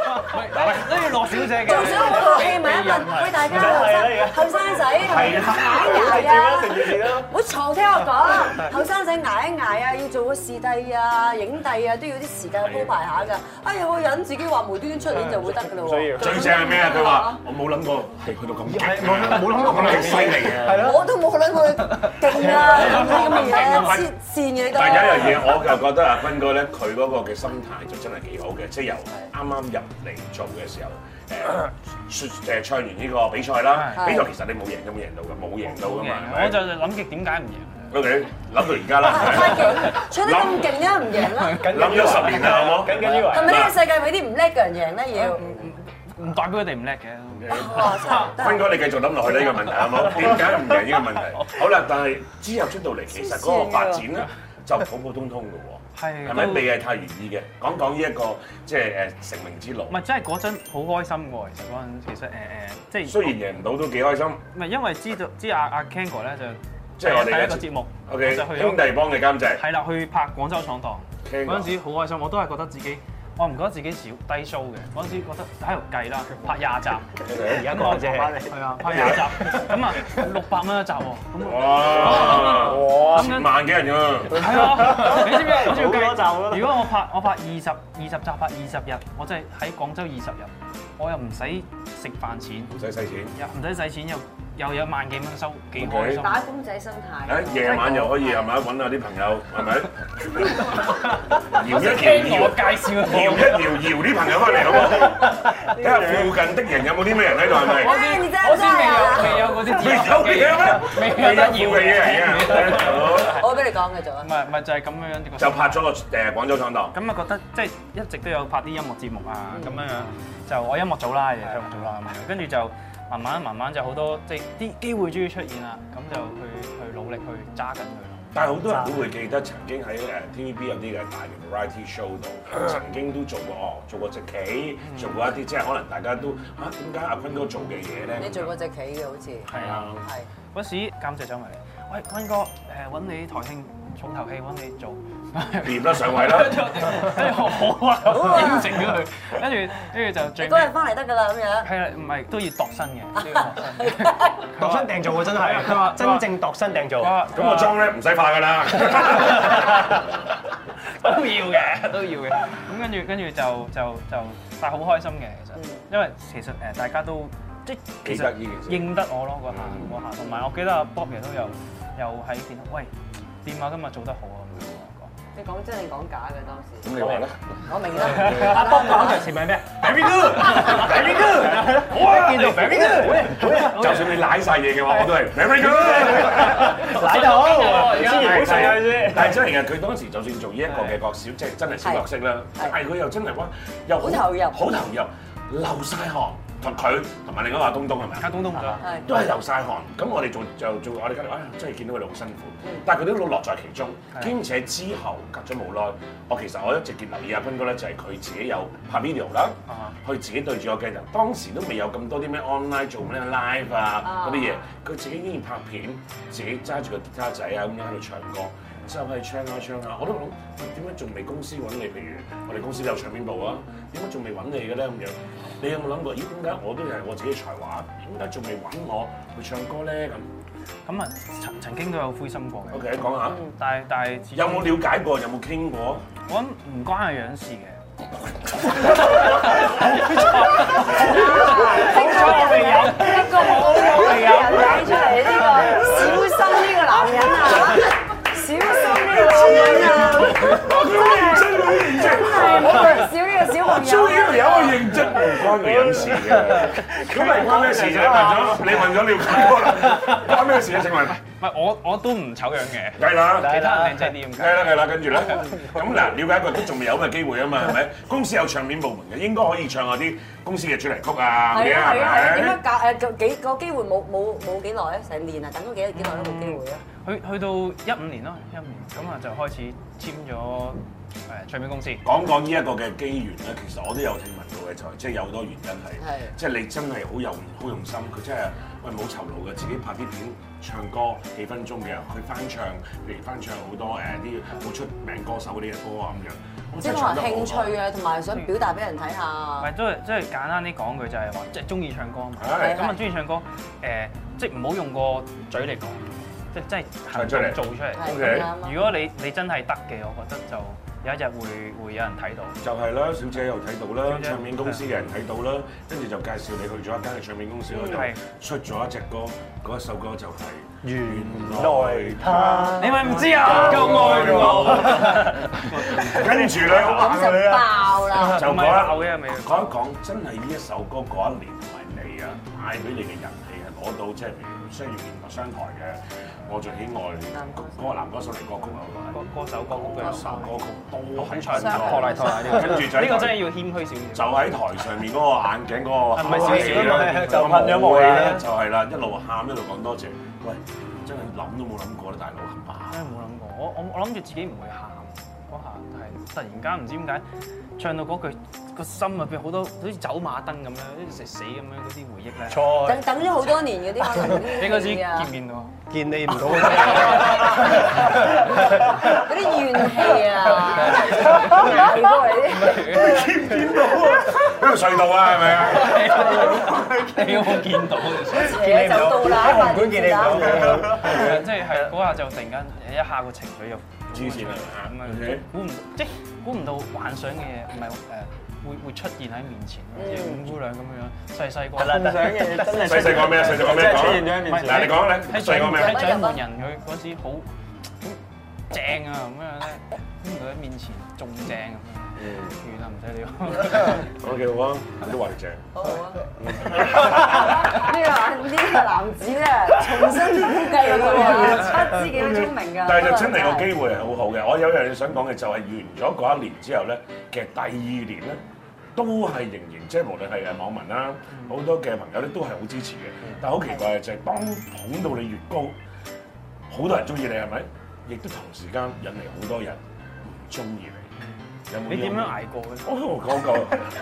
Speaker 3: 跟住羅小姐嘅，
Speaker 1: 做咗好套戲咪一問，喂大家後生後生仔捱一捱啊！唔好嘈聽我講，後生仔捱一捱啊，要做個視帝啊、影帝啊，都要啲時間鋪排下㗎。啊有個人自己話無端端出年就會得㗎嘞
Speaker 4: 所以
Speaker 1: 喎。
Speaker 2: 最正係咩啊？佢話我冇諗過係去到咁勁，我冇諗過咁犀利嘅。
Speaker 1: 我都冇諗過勁啊！咁嘅嘢黐線嘅都。
Speaker 2: 但有一樣嘢，我就覺得阿坤哥咧，佢嗰個嘅心態就真係幾好嘅，即係由啱啱入嚟做嘅時候，誒誒唱完呢個比賽啦，
Speaker 1: 係
Speaker 2: 比賽其實你冇贏都冇贏到嘅，冇贏到噶嘛，係咪
Speaker 3: 我就諗極點解唔贏。
Speaker 2: O K，諗到而 家啦，
Speaker 1: 太勁，唱得咁勁啊，唔贏啦。
Speaker 2: 諗咗十年啦，好冇？
Speaker 4: 緊緊要
Speaker 1: 係咪呢個世界俾啲唔叻嘅人贏咧？要
Speaker 3: 唔代表佢哋唔叻嘅，
Speaker 1: 哇！真係得
Speaker 2: 坤哥，你繼續諗落去呢個問題好冇？點解唔贏呢個問題？好啦，但係之後出到嚟，其實嗰個發展咧就普普通通嘅喎，
Speaker 3: 係
Speaker 2: 係咪
Speaker 3: 都
Speaker 2: 未係太如意嘅？講講呢一個即係誒成名之路
Speaker 3: 唔，係真係嗰陣好開心喎。其實嗰陣其實誒誒，即係
Speaker 2: 雖然贏唔到都幾開心。
Speaker 3: 唔係因為知道知阿阿 Ken 哥咧就
Speaker 2: 即係我哋嘅
Speaker 3: 第一個節目
Speaker 2: O
Speaker 3: 我
Speaker 2: K，
Speaker 3: 就去咗
Speaker 2: 兄弟幫嘅監製。
Speaker 3: 係啦，去拍廣州闖蕩
Speaker 2: Ken 哥
Speaker 3: 嗰陣時好開心，我都係覺得自己我唔覺得自己少低 show 嘅，嗰陣時覺得喺度計啦，拍廿集，
Speaker 9: 而家講啫，
Speaker 3: 係啊，拍 廿集，咁啊六百蚊一集喎，咁啊
Speaker 2: 哇！
Speaker 4: 哇！
Speaker 3: 咁樣
Speaker 2: 萬幾人㗎，
Speaker 3: 係啊，你知唔知我仲要
Speaker 4: 好多集啦
Speaker 3: 計？如果我拍我拍二十二十集拍二十日，我真係喺廣州二十日，我又唔使食飯錢，
Speaker 2: 唔使使錢。
Speaker 3: 又唔使使錢，又又有萬幾蚊收，幾開心。
Speaker 1: 打公仔心態。
Speaker 2: 誒啊夜晚又可以係咪揾下啲朋友係 咪？搖一搖
Speaker 3: 聽
Speaker 2: 搖，
Speaker 3: 我介紹
Speaker 2: 搖一搖搖啲朋友翻嚟好冇？睇下附近的人有冇啲咩人喺度係咪？
Speaker 1: 哎你真
Speaker 3: 我
Speaker 1: 係
Speaker 3: 先未有未有嗰啲
Speaker 2: 未有嘅咩？
Speaker 3: 未有得
Speaker 2: 搖
Speaker 3: 要
Speaker 2: 嘅嘢啊
Speaker 3: 嘅。
Speaker 2: 嚟嘅，
Speaker 1: 我俾你講嘅啫。
Speaker 3: 唔係唔係就係咁樣樣
Speaker 2: 就拍咗個誒廣州闖蕩。
Speaker 3: 咁啊覺得即係一直都有拍啲音樂節目啊咁樣樣，就我音樂組啦，亦都音樂組啦咁樣，跟住就慢慢慢慢就好多即係啲機會終於出現啦，咁就去去努力去揸緊佢咯。
Speaker 2: 但係好多人都會記得曾經喺誒 TVB 有啲嘅大嘅 variety show 度，曾經都做過哦，做過隻棋，做過一啲即係可能大家都啊點解阿坤哥做嘅嘢咧？
Speaker 1: 你做過隻棋嘅好似
Speaker 3: 係啊，
Speaker 1: 係。
Speaker 3: 嗰時監製走埋嚟，喂坤哥誒揾你台慶重頭戲揾你做。
Speaker 2: 掂啦上位啦，
Speaker 3: 跟住我好啊，應承咗佢，跟住跟住就
Speaker 1: 你
Speaker 3: 最尾
Speaker 1: 嗰日翻嚟得㗎啦咁樣。
Speaker 3: 係啦，唔係都要度身嘅，都要度身嘅。
Speaker 9: 度身訂做喎，真
Speaker 3: 佢話
Speaker 9: 係真正度身訂做。
Speaker 3: 哇
Speaker 2: 咁我裝咧唔使化㗎啦。
Speaker 3: 都要嘅，都要嘅。咁跟住跟住就就就，但係好開心嘅其實，因為其實誒大家都即係其
Speaker 2: 記
Speaker 3: 實
Speaker 2: 得呢件事
Speaker 3: 認得我咯嗰下嗰下，同埋我記得阿 Bob 亦都有有喺見到，喂點啊今日做得好啊咁樣同
Speaker 1: 你講真定講假嘅當時？
Speaker 2: 咁你話咧
Speaker 1: 我明啦。阿邦講
Speaker 9: 前咪咩？
Speaker 2: ？Very good，very good，好啊！見到 very good，就算你舐晒嘢嘅話，我都係 very good。
Speaker 9: 奶頭，
Speaker 2: 係
Speaker 9: 好
Speaker 2: 係
Speaker 9: 先。
Speaker 2: 但係真係嘅，佢當時就算做呢一個嘅角色，即係真係小角色啦，
Speaker 1: 係
Speaker 2: 但係佢又真係哇，又
Speaker 1: 好投入
Speaker 2: 好投入，流晒汗。同佢同埋另一個阿東東係
Speaker 1: 嗯
Speaker 2: 咪
Speaker 3: 我講，阿
Speaker 2: 啊？
Speaker 3: 東東唔得，
Speaker 1: 係
Speaker 2: 都係流晒汗，咁我哋做就做我哋今日，哎呀真係見到佢哋好辛苦，但係佢哋都樂在其中，
Speaker 3: 係
Speaker 2: 兼且之後隔咗冇耐，我其實我一直見留意阿斌哥咧，就係佢自己有拍 video 啦
Speaker 3: 啊，
Speaker 2: 佢自己對住個鏡頭，當時都未有咁多啲咩 online 做咩 live 啊
Speaker 1: 啊
Speaker 2: 嗰啲嘢，佢自己中意拍片，自己揸住個吉他仔啊咁樣喺度唱歌。之後喺度唱下唱啊下，我都諗喂點解仲未公司揾你？譬如我哋公司有唱片部啊，點解仲未揾你嘅咧咁樣？你有冇諗過？咦，點解我都係我自己才華，點解仲未揾我去唱歌咧？咁
Speaker 3: 咁啊曾曾經都有灰心過嘅，
Speaker 2: OK，講下
Speaker 1: 嗯
Speaker 3: 但係但係始終
Speaker 2: 有冇了解過？有冇傾過？
Speaker 3: 我諗唔關阿樣事嘅。
Speaker 1: 一個好嘅人睇出嚟呢個小心呢個男人啊，小心呢個男人啊， 真係啊唔少呢個小朋友。
Speaker 2: 終於有個認真唔關佢隱事 嘅，咁係關咩事啫？你問咗你問咗了解過啦，關咩事啊？請問
Speaker 3: 唔係我我都唔醜樣嘅，
Speaker 2: 梗係啦，
Speaker 3: 其他人靚仔啲咁
Speaker 2: 梗係
Speaker 3: 解。
Speaker 2: 啦，梗係啦，跟住咧，咁嗱，了解一個都仲未有咁嘅機會啊嘛，係咪？公司有唱片部門嘅，應該可以唱下啲公司嘅主題曲啊，
Speaker 1: 係
Speaker 2: 咁樣
Speaker 1: 啊係啊係啊！點解
Speaker 2: 係
Speaker 1: 隔誒個幾個機會冇冇冇幾耐啊？成年啊，等咗幾幾耐都冇機會啊！
Speaker 3: 去去到一五年咯，一五年咁啊就開始簽咗誒唱片公司。
Speaker 2: 講講呢一個嘅機緣咧，其實我都有聽聞到嘅，就係即係有好多原因係
Speaker 1: 係，
Speaker 2: 即係你真係好有好用心，佢真係喂冇酬勞嘅，自己拍啲片唱歌幾分鐘嘅，佢翻唱，譬如翻唱好多誒啲好出名歌手嗰啲嘅歌啊咁樣，我
Speaker 1: 即
Speaker 2: 真
Speaker 1: 係可
Speaker 2: 係唱得
Speaker 1: 能
Speaker 2: 好
Speaker 1: 興
Speaker 2: 好
Speaker 1: 趣啊，同埋想表達俾人睇
Speaker 3: 唔
Speaker 1: 下。
Speaker 3: 係都係即係簡單啲講句就係話，即係中意唱歌啊嘛。
Speaker 2: 係
Speaker 3: 咁啊，中意唱歌誒，即係唔好用個嘴嚟講，即係即係行
Speaker 2: 唱出嚟
Speaker 3: 動做出嚟。
Speaker 1: 係
Speaker 2: OK
Speaker 1: 咁啱啊
Speaker 3: 如果你你真係得嘅，我覺得就有一日會會有人睇到。
Speaker 2: 就係啦，小姐又睇到啦
Speaker 3: 小，姐
Speaker 2: 唱片公司嘅人睇到啦，跟住就介紹你去咗一間嘅唱片公司嗰
Speaker 3: 係
Speaker 2: 度，出咗一隻歌，嗰一首歌就係
Speaker 9: 原
Speaker 2: 來他。
Speaker 3: 你咪唔知 啊？夠愛
Speaker 2: 哦
Speaker 3: 我，
Speaker 2: 跟住咧，
Speaker 1: 咁就爆啦！
Speaker 2: 就
Speaker 3: 唔係鬧
Speaker 2: 講
Speaker 3: 嘅未？
Speaker 2: 講一講，真係呢一首歌嗰一年同埋你啊，帶俾你嘅人氣係攞到，即係譬如商業電台、商台嘅，我最喜愛嗰個男歌手嚟歌曲啊，
Speaker 3: 歌歌手歌曲
Speaker 2: 歌
Speaker 3: 嘅
Speaker 2: 手歌曲都
Speaker 3: 好
Speaker 2: 係
Speaker 3: 長
Speaker 2: 唱
Speaker 3: 嘅
Speaker 2: 咗，
Speaker 3: 托賴托賴呢個
Speaker 2: 跟住就
Speaker 3: 呢個真係要謙虛少
Speaker 2: 就
Speaker 3: 少。
Speaker 2: 喺台上面嗰個眼鏡嗰個
Speaker 3: 唔係小事
Speaker 2: 啦，
Speaker 9: 就噴咗霧
Speaker 2: 啊啦
Speaker 9: 啦，
Speaker 2: 就係啦，一路喊一路講多謝。喂，真係諗都冇諗過啦，大佬係 嘛？
Speaker 3: 真係冇諗過，我我我諗住自己唔會喊嗰下，但係突然間唔知點解唱到嗰句，個心入邊好多好似走馬燈咁樣，好似食死咁樣嗰啲回憶 咧。
Speaker 9: 錯
Speaker 1: 等等咗好多年嗰啲可能呢
Speaker 3: 你嗰時
Speaker 1: à?
Speaker 3: 見面喎，
Speaker 9: 見你唔到嘅，
Speaker 1: 嗰啲怨氣啊，氣過嚟啲。
Speaker 2: 呢個隧道啊，係咪啊？
Speaker 3: 你有冇見到？
Speaker 1: 啊
Speaker 9: 見你唔到，
Speaker 1: 就到啦
Speaker 9: 喺紅館見你唔到嘅。
Speaker 3: 即係係嗰下就突然間一下個情緒又
Speaker 2: 黐線啊
Speaker 3: 咁
Speaker 2: OK
Speaker 3: 啊，估唔即係估唔到幻想嘅嘢唔係誒會會出現喺面前，好似五姑娘咁樣細細個。
Speaker 2: 細細個咩啊？細細個咩講
Speaker 4: 真係出
Speaker 2: 啊
Speaker 4: 現咗喺面前
Speaker 2: 嗱，你講咧，
Speaker 3: 喺
Speaker 2: 細個
Speaker 3: 掌
Speaker 2: 咩
Speaker 3: 喺
Speaker 2: 啊？
Speaker 3: 掌門人佢嗰時好好正啊咁樣咧，估唔到喺面前仲正咁樣。完啦，唔使理我。
Speaker 2: 講幾好啊，你都話你正。
Speaker 1: 好啊！呢個呢個男子咧，重新估計佢喎，不知幾聰明㗎。
Speaker 2: 但係就真係個機會係好好嘅。我有樣嘢想講嘅就係完咗嗰一年之後咧，其實第二年咧都係仍然即係無論係呃誒網民啦，
Speaker 1: 嗯
Speaker 2: 好多嘅朋友咧都係好支持嘅。但係好奇怪嘅就係當捧到你越高，好多人中意你係咪？亦都同時間引嚟好多人唔中意你。有冇呢
Speaker 3: 你
Speaker 2: 種
Speaker 3: 點啊樣？捱過嘅？
Speaker 2: 我我講過，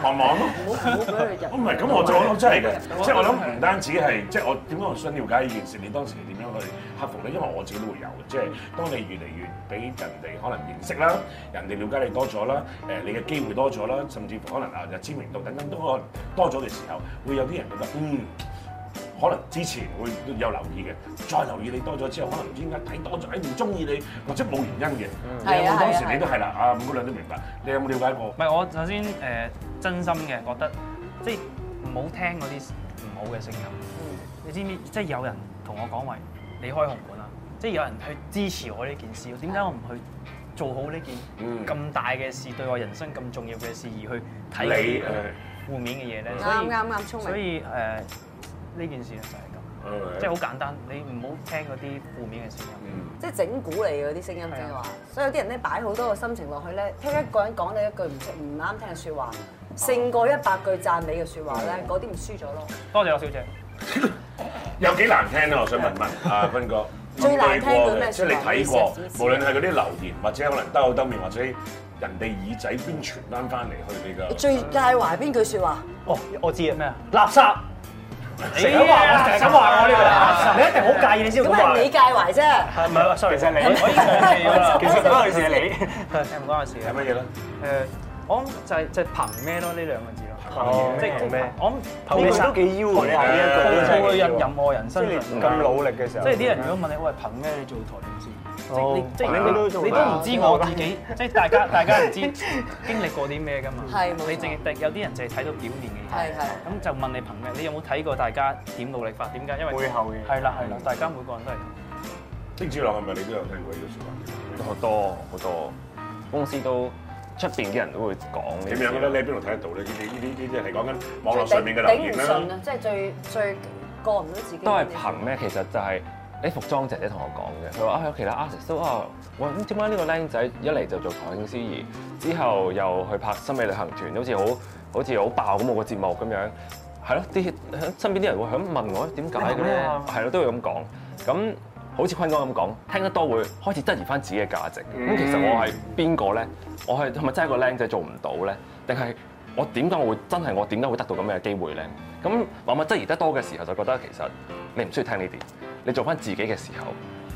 Speaker 2: 望望咯。
Speaker 1: 唔好唔好俾佢入。
Speaker 2: 唔係，咁我就我真係嘅，即係我諗唔單止係，即係我點解我想了解呢件事？你當時點樣去克服咧？因為我自己都會有嘅，即係當你越嚟越俾人哋可能認識啦，人哋了解你多咗啦，誒你嘅機會多咗啦，甚至乎可能啊知名度等等都可能多咗嘅時候，會有啲人覺得嗯。可能之前會有留意嘅，再留意你多咗之後，可能唔知點解睇多咗，誒哎唔中意你，或者冇原因嘅。你有冇當時你都係啦，啊五姑娘都明白，你有冇了解過
Speaker 3: 唔？係我首先誒、真心嘅覺得，即係唔好聽嗰啲唔好嘅聲音。
Speaker 1: 嗯
Speaker 3: 你知唔知？即係有人同我講話，你開紅館啦，即係有人去支持我呢件事，點解我唔去做好呢
Speaker 2: 嗯
Speaker 3: 件咁大嘅事，對我人生咁重要嘅事，而去
Speaker 2: 你呃
Speaker 3: 睇
Speaker 2: 誒
Speaker 3: 負面嘅嘢咧？所以
Speaker 1: 啱啱啱聰
Speaker 3: 所
Speaker 1: 明。
Speaker 3: 以誒呢、件事咧就係咁，
Speaker 2: 啊
Speaker 3: 即係好簡單，你唔好聽嗰啲負面嘅聲音。
Speaker 2: 嗯
Speaker 1: 即係整蠱你嗰啲聲音，即係話，所以有啲人咧擺好多個心情落去咧，聽一個人講你一句唔出唔啱聽嘅説話，勝過一百句讚美嘅説話咧，嗰啲咪輸咗咯。
Speaker 3: 多謝我小姐。
Speaker 2: 有幾難聽咧？我想問問阿坤哥，
Speaker 1: 最難聽嘅咩
Speaker 2: 即係你睇過，無論係嗰啲留言或者可能兜口兜面，或者人哋耳仔邊傳翻翻嚟去 你
Speaker 1: 你
Speaker 2: 嘅，
Speaker 1: 最介懷邊句説話？
Speaker 9: 哦，我知啊，
Speaker 3: 咩啊？
Speaker 9: 垃圾。成日話我，成日咁話我呢個人，你一定好介意你先
Speaker 1: 咁
Speaker 9: 會話
Speaker 1: 係你。介懷啫。
Speaker 9: 係唔係？sorry，
Speaker 4: 其實你
Speaker 9: 我已經忘記咗啦
Speaker 4: 其實嗰陣時係你，
Speaker 3: 誒唔關我事
Speaker 2: 係
Speaker 3: 嘅。
Speaker 2: 乜嘢咧？
Speaker 3: 誒，我諗就係就係憑咩咯呢兩個字咯。
Speaker 9: 哦
Speaker 3: 即係咩？我諗
Speaker 9: 憑咩
Speaker 4: 呢個都幾腰哦喎，你行呢一個
Speaker 3: 套入任何人
Speaker 4: 即
Speaker 3: 身
Speaker 4: 係
Speaker 3: 上
Speaker 4: 你。咁努力嘅時候，
Speaker 3: 即係啲人如果問你，喂，憑咩你做台電視？即係
Speaker 9: 哦
Speaker 3: 你即係
Speaker 4: 你都做
Speaker 3: 你
Speaker 4: 得
Speaker 3: 都唔知我 自己，即係大家大家唔知經歷過啲咩㗎嘛。
Speaker 1: 係冇錯
Speaker 3: 你淨係有啲人淨係睇到表面嘅嘢。
Speaker 1: 係係
Speaker 3: 咁就問你憑咩？你有冇睇過大家點努力法？點解？因為
Speaker 4: 背後嘅嘢
Speaker 3: 係啦係啦，大家每個人都係咁。
Speaker 2: 丁子朗係咪你都有聽過呢句説
Speaker 7: 好多好多公司都出邊啲人都會講
Speaker 2: 話？
Speaker 7: 呢
Speaker 2: 點
Speaker 7: 啲
Speaker 2: 樣啊咧？你喺邊度睇得到咧？呢啲呢啲呢啲係講緊網絡上面嘅留
Speaker 1: 頂
Speaker 2: 言
Speaker 1: 唔啊
Speaker 2: 啦
Speaker 1: 順。啊！即係最最過唔到自己。
Speaker 7: 都係憑咩？其實就係誒服裝姐姐同我講嘅，佢話啊有其他 artist 都啊，喂咁點解呢個僆仔一嚟就做台慶司儀，之後又去拍《森美旅行團》，好似好好似好爆咁我個節目咁樣，係咯，啲身邊啲人會咁問我點解嘅咧，係咯都會咁講，咁好似坤哥咁講，聽得多會開始質疑翻自己嘅價值。咁、其實我係邊個咧？我係係咪真係個僆仔做唔到咧？定係？我點解我會真係我點解會得到咁嘅機會咧？咁慢慢質疑得多嘅時候，就覺得其實你唔需要聽呢啲，你做翻自己嘅時候，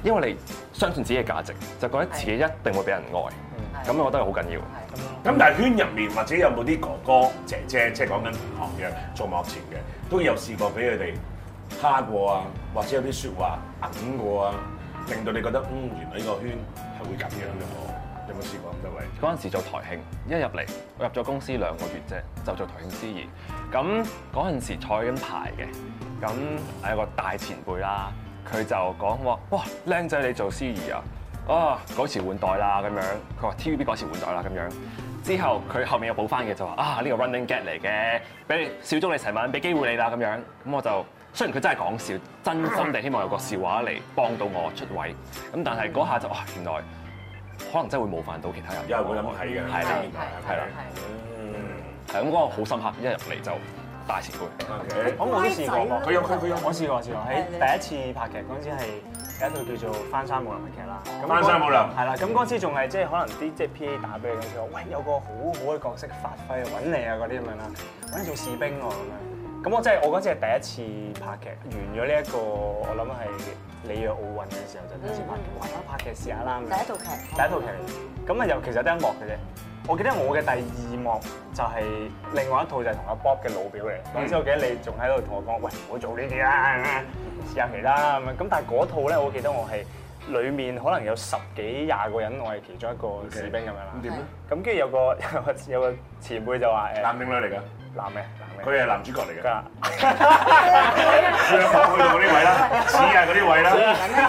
Speaker 7: 因為你相信自己嘅價值，就覺得自己一定會俾人
Speaker 1: 嗯
Speaker 7: 愛，咁啊我覺得係好緊要。
Speaker 2: 咁但係圈入面或者有冇啲哥哥姐姐，即係講緊同行嘅做幕前嘅，都有試過俾佢哋蝦過啊，或者有啲説話揞過啊，令到你覺得嗯原來呢個圈係會咁樣嘅喎，有冇試過咁多位？
Speaker 7: 嗰陣時做台慶，一入嚟我入咗公司兩個月啫，就做台慶司儀。咁嗰陣時坐緊排嘅，咁有個大前輩啦，佢就講話：哇，靚仔你做司儀啊！啊，改朝換代啦咁樣。佢話 TVB 改朝換代啦咁樣。之後佢後面又補翻嘅就話：啊，呢個 running gag 嚟嘅，俾你小鐘你成晚，俾機會你啦咁樣。咁我就雖然佢真係講笑，真心地希望有個笑話嚟幫到我出位。咁但係嗰下就啊，原來可能真係會冒犯到其他人。
Speaker 2: 因為我諗係嘅，
Speaker 7: 係啦，係啦。係咁嗰個好深刻，一入嚟就大前輩。
Speaker 2: 嗯
Speaker 4: 我冇都試過喎，
Speaker 2: 佢
Speaker 9: 啊
Speaker 2: 有佢佢有
Speaker 4: 我試過我試過喺第一次拍劇嗰陣時係有一套叫做《翻山武林》嘅劇啦。咁
Speaker 2: 翻山武林
Speaker 4: 係啦，咁嗰陣時仲係即係可能啲即係 PA 打俾你咁樣，喂有個好好嘅角色發揮揾你啊嗰啲咁樣啦，揾你做士兵喎咁樣。咁我真係我嗰陣時係第一次拍劇，完咗呢一個我諗係里約奧運嘅時候就第一次拍劇，哇！拍劇試下啦咁樣。
Speaker 1: 第一套劇，
Speaker 4: 第一套劇嚟，咁啊又其實得一幕嘅啫。我記得我嘅第二幕就係另外一套就係同阿 Bob 嘅老表嚟，嗰陣時我記得你仲喺度同我講，喂唔好做呢啲啦，咁樣試下其他啦咁樣。咁但係嗰套咧，我記得我係裡面可能有十幾廿個人，我係其中一個士兵咁樣啦。
Speaker 2: 咁點咧？
Speaker 4: 咁跟住有個 有個有個前輩就話誒
Speaker 2: 男定女嚟㗎？
Speaker 4: 男嘅男嘅，
Speaker 2: 佢係男主角嚟㗎。
Speaker 4: 佢話
Speaker 2: 佢有去到嗰啲位啦，似啊嗰啲位啦，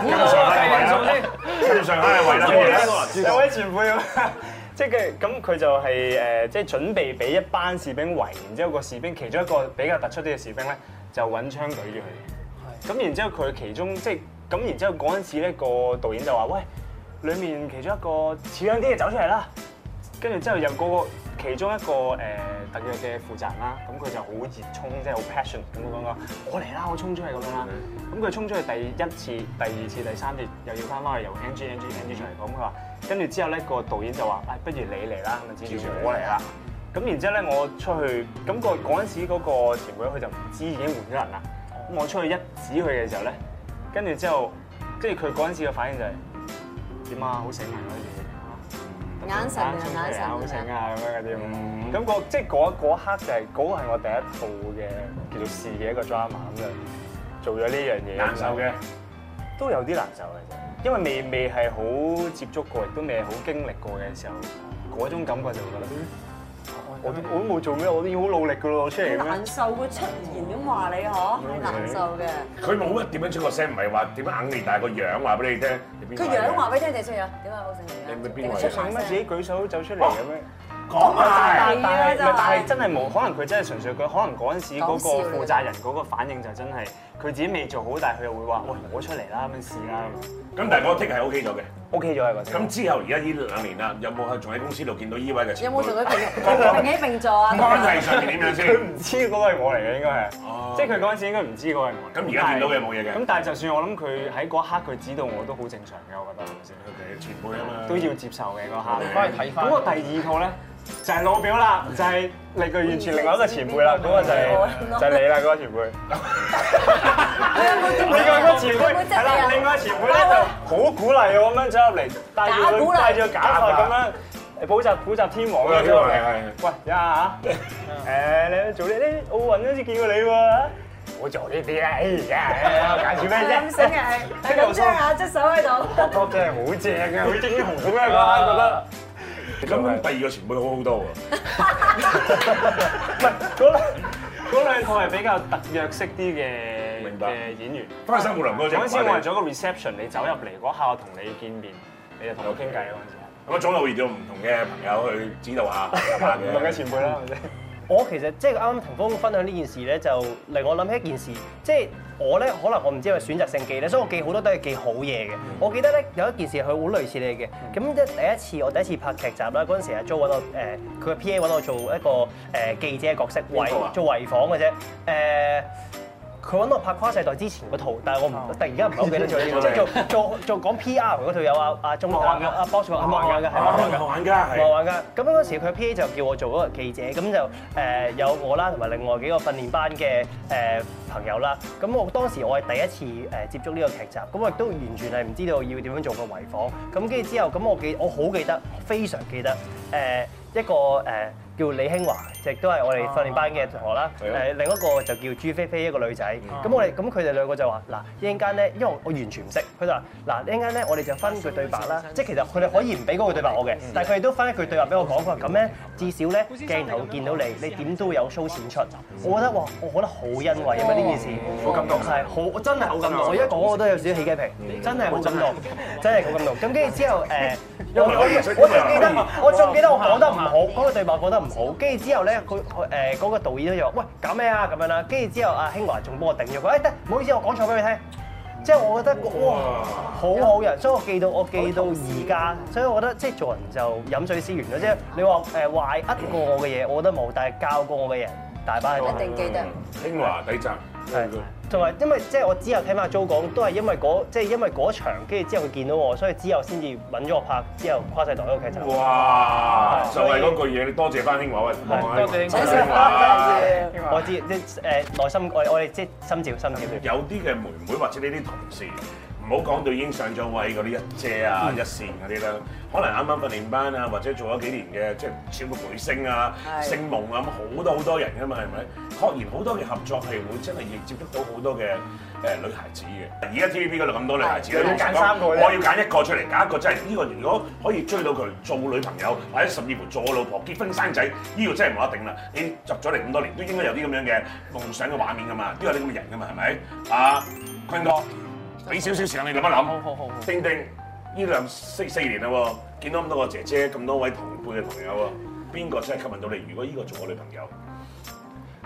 Speaker 2: 咁上下嘅位啦，咁上下嘅位啦，
Speaker 4: 有位前輩咁， 即係佢咁佢就係、誒，即係準備俾一班士兵圍，然之後個士兵其中一個比較突出啲嘅士兵咧，就揾槍舉住佢。咁然之後佢其中即係咁，然之後嗰陣時咧個導演就話：喂，裡面其中一個似樣啲嘅走出嚟啦。跟住之後有嗰個其中一個誒、特約嘅負責人啦，咁佢就好熱衷，即係好 passion 咁講講，我嚟啦，我衝出去咁樣啦。咁佢衝出去第一次、第二次、第三次又要翻翻去由 NG、NG、NG 出嚟講，佢話跟住之後咧個導演就話：，唉、不如你嚟啦，咁啊指住我嚟啦。咁然之後咧，我出去咁、個嗰陣時嗰個前輩佢就唔知已經換咗人啦。咁我出去一指佢嘅時候咧，跟住之後，跟住佢嗰陣時嘅反應就係、點啊，好醒啊嗰啲嘢。
Speaker 1: 眼神啊眼神啊
Speaker 4: 好醒啊咁樣嗰啲咁。咁嗰即係嗰嗰一刻就係嗰個係我第一套嘅叫做試嘅一個 drama 咁就做咗呢樣嘢。
Speaker 2: 難受嘅，
Speaker 4: 都有啲難受嘅啫，因為未未係好接觸過，亦都未係好經歷過嘅時候，嗰種感覺就會覺得。
Speaker 2: 嗯
Speaker 4: 我都我都冇做咩，我都已經好努力噶咯，我出嚟咁樣
Speaker 1: 難受會出現咁話你呵，係難受嘅。
Speaker 2: 佢冇乜點樣出個聲，唔係話點樣硬你，但係個樣話俾你聽，你邊
Speaker 1: 佢
Speaker 2: 個
Speaker 1: 樣話俾你聽，你出樣點解好醒嘅？
Speaker 4: 想乜自己舉手走出嚟咁樣。
Speaker 2: 講埋。
Speaker 4: 但係但係真係冇，可能佢真係純粹佢可能嗰陣時嗰個負責人嗰個反應就真係佢自己未做好，但係佢又會話：喂，我出嚟啦，咁樣試啦咁樣。
Speaker 2: 咁但係嗰個 tick 係 OK 咗嘅。
Speaker 4: OK 咗係個
Speaker 2: 咁之後而家呢兩年啦，有冇係仲喺公司度見到依位嘅？
Speaker 1: 有冇同佢平平起平坐啊？
Speaker 2: 關係上 面點樣先？
Speaker 4: 佢唔知嗰個係我嚟嘅應該係
Speaker 2: 哦，
Speaker 4: 即係佢嗰陣時應該唔知嗰個係我嚟。
Speaker 2: 咁而家見到嘅冇嘢嘅
Speaker 4: 咁但係就算我諗佢喺嗰一刻佢指導我都好正常嘅，我覺得係咪先？
Speaker 2: 前輩啊嘛，
Speaker 4: 都要接受嘅嗰刻。
Speaker 3: 翻去睇翻
Speaker 4: 咁我第二套咧就係老表啦，就係另個完全另外一個前輩啦，嗰個就係就係你啦，嗰個前輩。另外嗰個前輩係啦，另外一個前輩咧就好鼓勵我咁樣走入嚟，戴住佢戴住個假髮咁樣。補習補習啊天王嘅
Speaker 2: 補習天王係係
Speaker 4: 喂，一下誒，你做呢啲奧運都似見過你喎。我做呢啲啦，哎呀，介紹咩啫？
Speaker 1: 咁醒嘅係，啊係咁張眼隻手喺度。
Speaker 4: 覺真係好正啊，好英雄咁樣嗰刻覺得。
Speaker 2: 咁第二個前輩好好多喎。
Speaker 4: 唔係嗰兩嗰兩套係比較特約式啲嘅
Speaker 2: 明白
Speaker 4: 嘅演員。
Speaker 2: 花生木林嗰只，
Speaker 4: 嗰陣時我係做一個 reception，你走入嚟嗰下，我同你見面，你就同我傾偈嗰陣時。
Speaker 2: 咁啊，總有遇到唔同嘅朋友去指導下，
Speaker 4: 唔同嘅前輩啦，係咪先？我其實即係啱啱霆鋒分享呢件事咧，就令我諗起一件事，即係我咧可能我唔知係咪選擇性記咧，所以我記好多都係記好嘢嘅。我記得咧有一件事係好類似你嘅，咁即係第一次我第一次拍劇集啦，嗰陣時阿 Jo 揾我呃誒，佢個 P.A. 揾我做一個誒記者嘅角色，圍做圍訪嘅啫，誒、呃佢揾我拍《跨世代》之前嗰套，但係我唔突然間唔係好記得咗哦 呢個，即係做做做講 P.R. 嗰套有阿阿鐘阿阿 boss 話莫眼嘅，係莫眼嘅。
Speaker 2: 玩家係
Speaker 4: 我玩㗎。咁嗰陣時佢 P.A. 就叫我做嗰個記者，咁就誒有我啦，同埋另外幾個訓練班嘅誒朋友啦。咁我當時我係第一次誒接觸呢個劇集，咁我亦都完全係唔知道要點樣做個圍訪。咁跟住之後，咁我記我好記得，非常記得誒一個誒。叫李興華，亦都係我哋訓練班嘅同學啦。
Speaker 2: 係啊
Speaker 4: 誒，另一個就叫朱菲菲，一個女仔。咁我哋咁佢哋兩個就話：嗱，一陣間咧，因為我完全唔識，佢就話：嗱，一陣間咧，我哋就分句對白啦。即係其實佢哋可以唔俾嗰句對白我嘅，但係佢哋都分一句對白俾我講。佢話咁咧，至少咧鏡頭見到你，你點都會有 show 展出。我覺得哇，我覺得好欣慰啊！因為呢件事，好感動，係好，我真係好感動。我而家講我都有少少起雞皮，真係好感動，真係好感動。咁跟住之後誒，我我我仲記得，我仲記得我講得唔好，嗰個對白講得唔好，跟住之後咧，佢佢誒嗰個導演咧就話：喂，搞咩啊？咁樣啦，跟住之後阿興華仲幫我頂咗佢，誒得，唔好意思，我講錯俾你聽。即係我覺得哇，好好人，所以我記到我記到而家，所以我覺得即係做人就飲水思源咯。即係你話誒壞呃過我嘅嘢，我覺得冇，但係教過我嘅嘢大把喺度
Speaker 1: 一。定記得。
Speaker 2: 興華抵責，
Speaker 4: 係同埋因為即係我之後聽阿 Jo 講，都係因為嗰即係因為嗰場，跟住之後佢見到我，所以之後先至揾咗我拍之後跨世代嗰個劇集。
Speaker 2: 哇！就係嗰句嘢，你多謝翻興華喂，
Speaker 3: 多謝
Speaker 2: 多
Speaker 3: 興
Speaker 2: 華。
Speaker 4: 我知即係誒內心我我哋即係心照心照。
Speaker 2: 有啲嘅妹妹或者呢啲同事，唔好講到已經上咗位嗰啲一姐啊、一線嗰啲啦，可能啱啱訓練班啊，或者做咗幾年嘅即係超級巨星啊、
Speaker 1: 係
Speaker 2: 星夢啊，咁好多好多人噶嘛，係咪？確然好多嘅合作係會真係亦接觸到好多嘅誒女孩子嘅。而家 TVB 嗰度咁多女孩子，
Speaker 10: 係
Speaker 2: 你
Speaker 10: 你要揀三個啫
Speaker 2: 我要揀一個出嚟，揀一個真係呢個。如果可以追到佢做女朋友，或者甚至乎做我老婆、結婚生仔，呢、個真係冇一定啦。你入咗嚟咁多年，都應該有啲咁樣嘅夢想嘅畫面噶嘛，都有啲咁嘅人噶嘛，係咪？啊，坤哥，俾少少時間你諗一諗。
Speaker 3: 好好好好
Speaker 2: 丁丁，呢兩四四年啦喎，見到咁多個姐姐，咁多位同輩嘅朋友啊，邊個真係吸引到你？如果呢個做我女朋友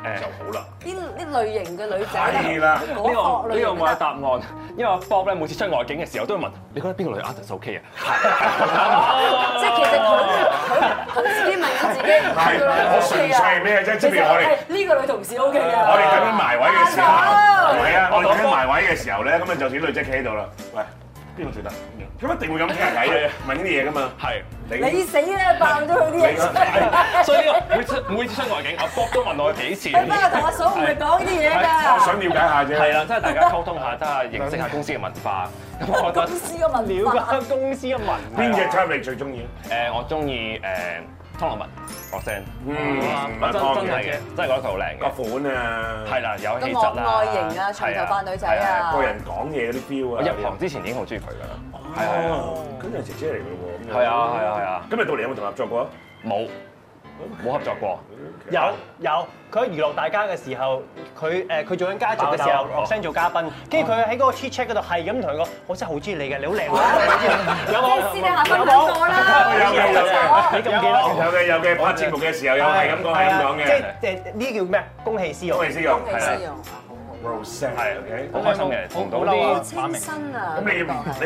Speaker 7: 誒
Speaker 2: 就好啦。
Speaker 1: 呢呢類型嘅女仔
Speaker 2: 係啦，
Speaker 7: 呢
Speaker 1: 嗰
Speaker 7: 個
Speaker 1: 類
Speaker 7: 呢個
Speaker 1: 型
Speaker 7: 我有
Speaker 1: 嘅
Speaker 7: 答案，因為阿 Bob 咧每次出外景嘅時候都會問你覺得邊個女 artist OK 啊？
Speaker 1: 即係其實佢佢自己問緊自己，
Speaker 2: 係我純粹係咩啫？即
Speaker 1: 其
Speaker 2: 係譬如我哋。
Speaker 1: 實呢個女同事 O K 嘅，
Speaker 2: 我哋等緊埋位嘅時候，
Speaker 1: 啊
Speaker 2: 係啊，我哋等緊埋位嘅時候咧，咁啊就算女仔企喺度啦，喂，邊個最得？咁一定會咁傾下偈嘅，問呢啲嘢噶嘛。
Speaker 7: 係。
Speaker 2: 你
Speaker 1: 你死啦，爆咗佢啲嘢出嚟。
Speaker 7: 所以呢個每出每次出外景，阿 Bob 都問我幾次。
Speaker 1: 佢不過同阿嫂唔係講呢啲嘢
Speaker 2: 我
Speaker 1: 㗎，
Speaker 2: 想了解下啫。
Speaker 7: 係啦，即係大家溝通下，即係認識下公司嘅文化。咁我覺
Speaker 1: 公
Speaker 7: 得
Speaker 1: 司嘅文
Speaker 4: 了
Speaker 1: 化
Speaker 4: 解。公司嘅文
Speaker 2: 邊隻 type 你最中意？
Speaker 7: 誒，我中意誒湯洛文 Roxanne，
Speaker 2: 嗯
Speaker 7: 我真真係嘅，真係覺得佢好靚
Speaker 2: 個
Speaker 7: 嘅。
Speaker 2: 款啊，
Speaker 7: 係啦，有
Speaker 1: 個
Speaker 7: 氣
Speaker 1: 我
Speaker 7: 質啦，
Speaker 1: 愛型啊，長頭髮女仔啊，
Speaker 2: 個人講嘢嗰啲 feel
Speaker 7: 我
Speaker 2: 啊。
Speaker 7: 入行之前已經好中意佢㗎啦。係係啊
Speaker 2: 哦，咁係姐姐嚟㗎喎。
Speaker 7: 係啊係啊係啊，
Speaker 2: 今日到嚟有冇同合作過啊？
Speaker 7: 冇冇合作過。
Speaker 4: 有有，佢喺娛樂大家嘅時候，佢誒佢做緊家族嘅時
Speaker 7: 爆
Speaker 4: 候，
Speaker 7: 豆
Speaker 4: 學生做嘉賓，跟住佢喺嗰個 chit chat 嗰度係咁同佢講，我真係好中意你嘅，你好靚喎，有
Speaker 1: 即係私底下分享過啦，
Speaker 4: Dạ, 你咁記得？
Speaker 2: 有嘅有嘅，拍節目嘅時候有係咁講係咁講嘅。
Speaker 4: 即係誒呢叫咩啊？公器私用
Speaker 2: 恭。喜先用，
Speaker 1: 公器私用，
Speaker 2: Roseanne
Speaker 7: 係
Speaker 2: OK。
Speaker 7: 好開心嘅，同到
Speaker 3: 好
Speaker 7: 啲
Speaker 3: 嬲啊
Speaker 1: 好清新啊，
Speaker 2: 咁你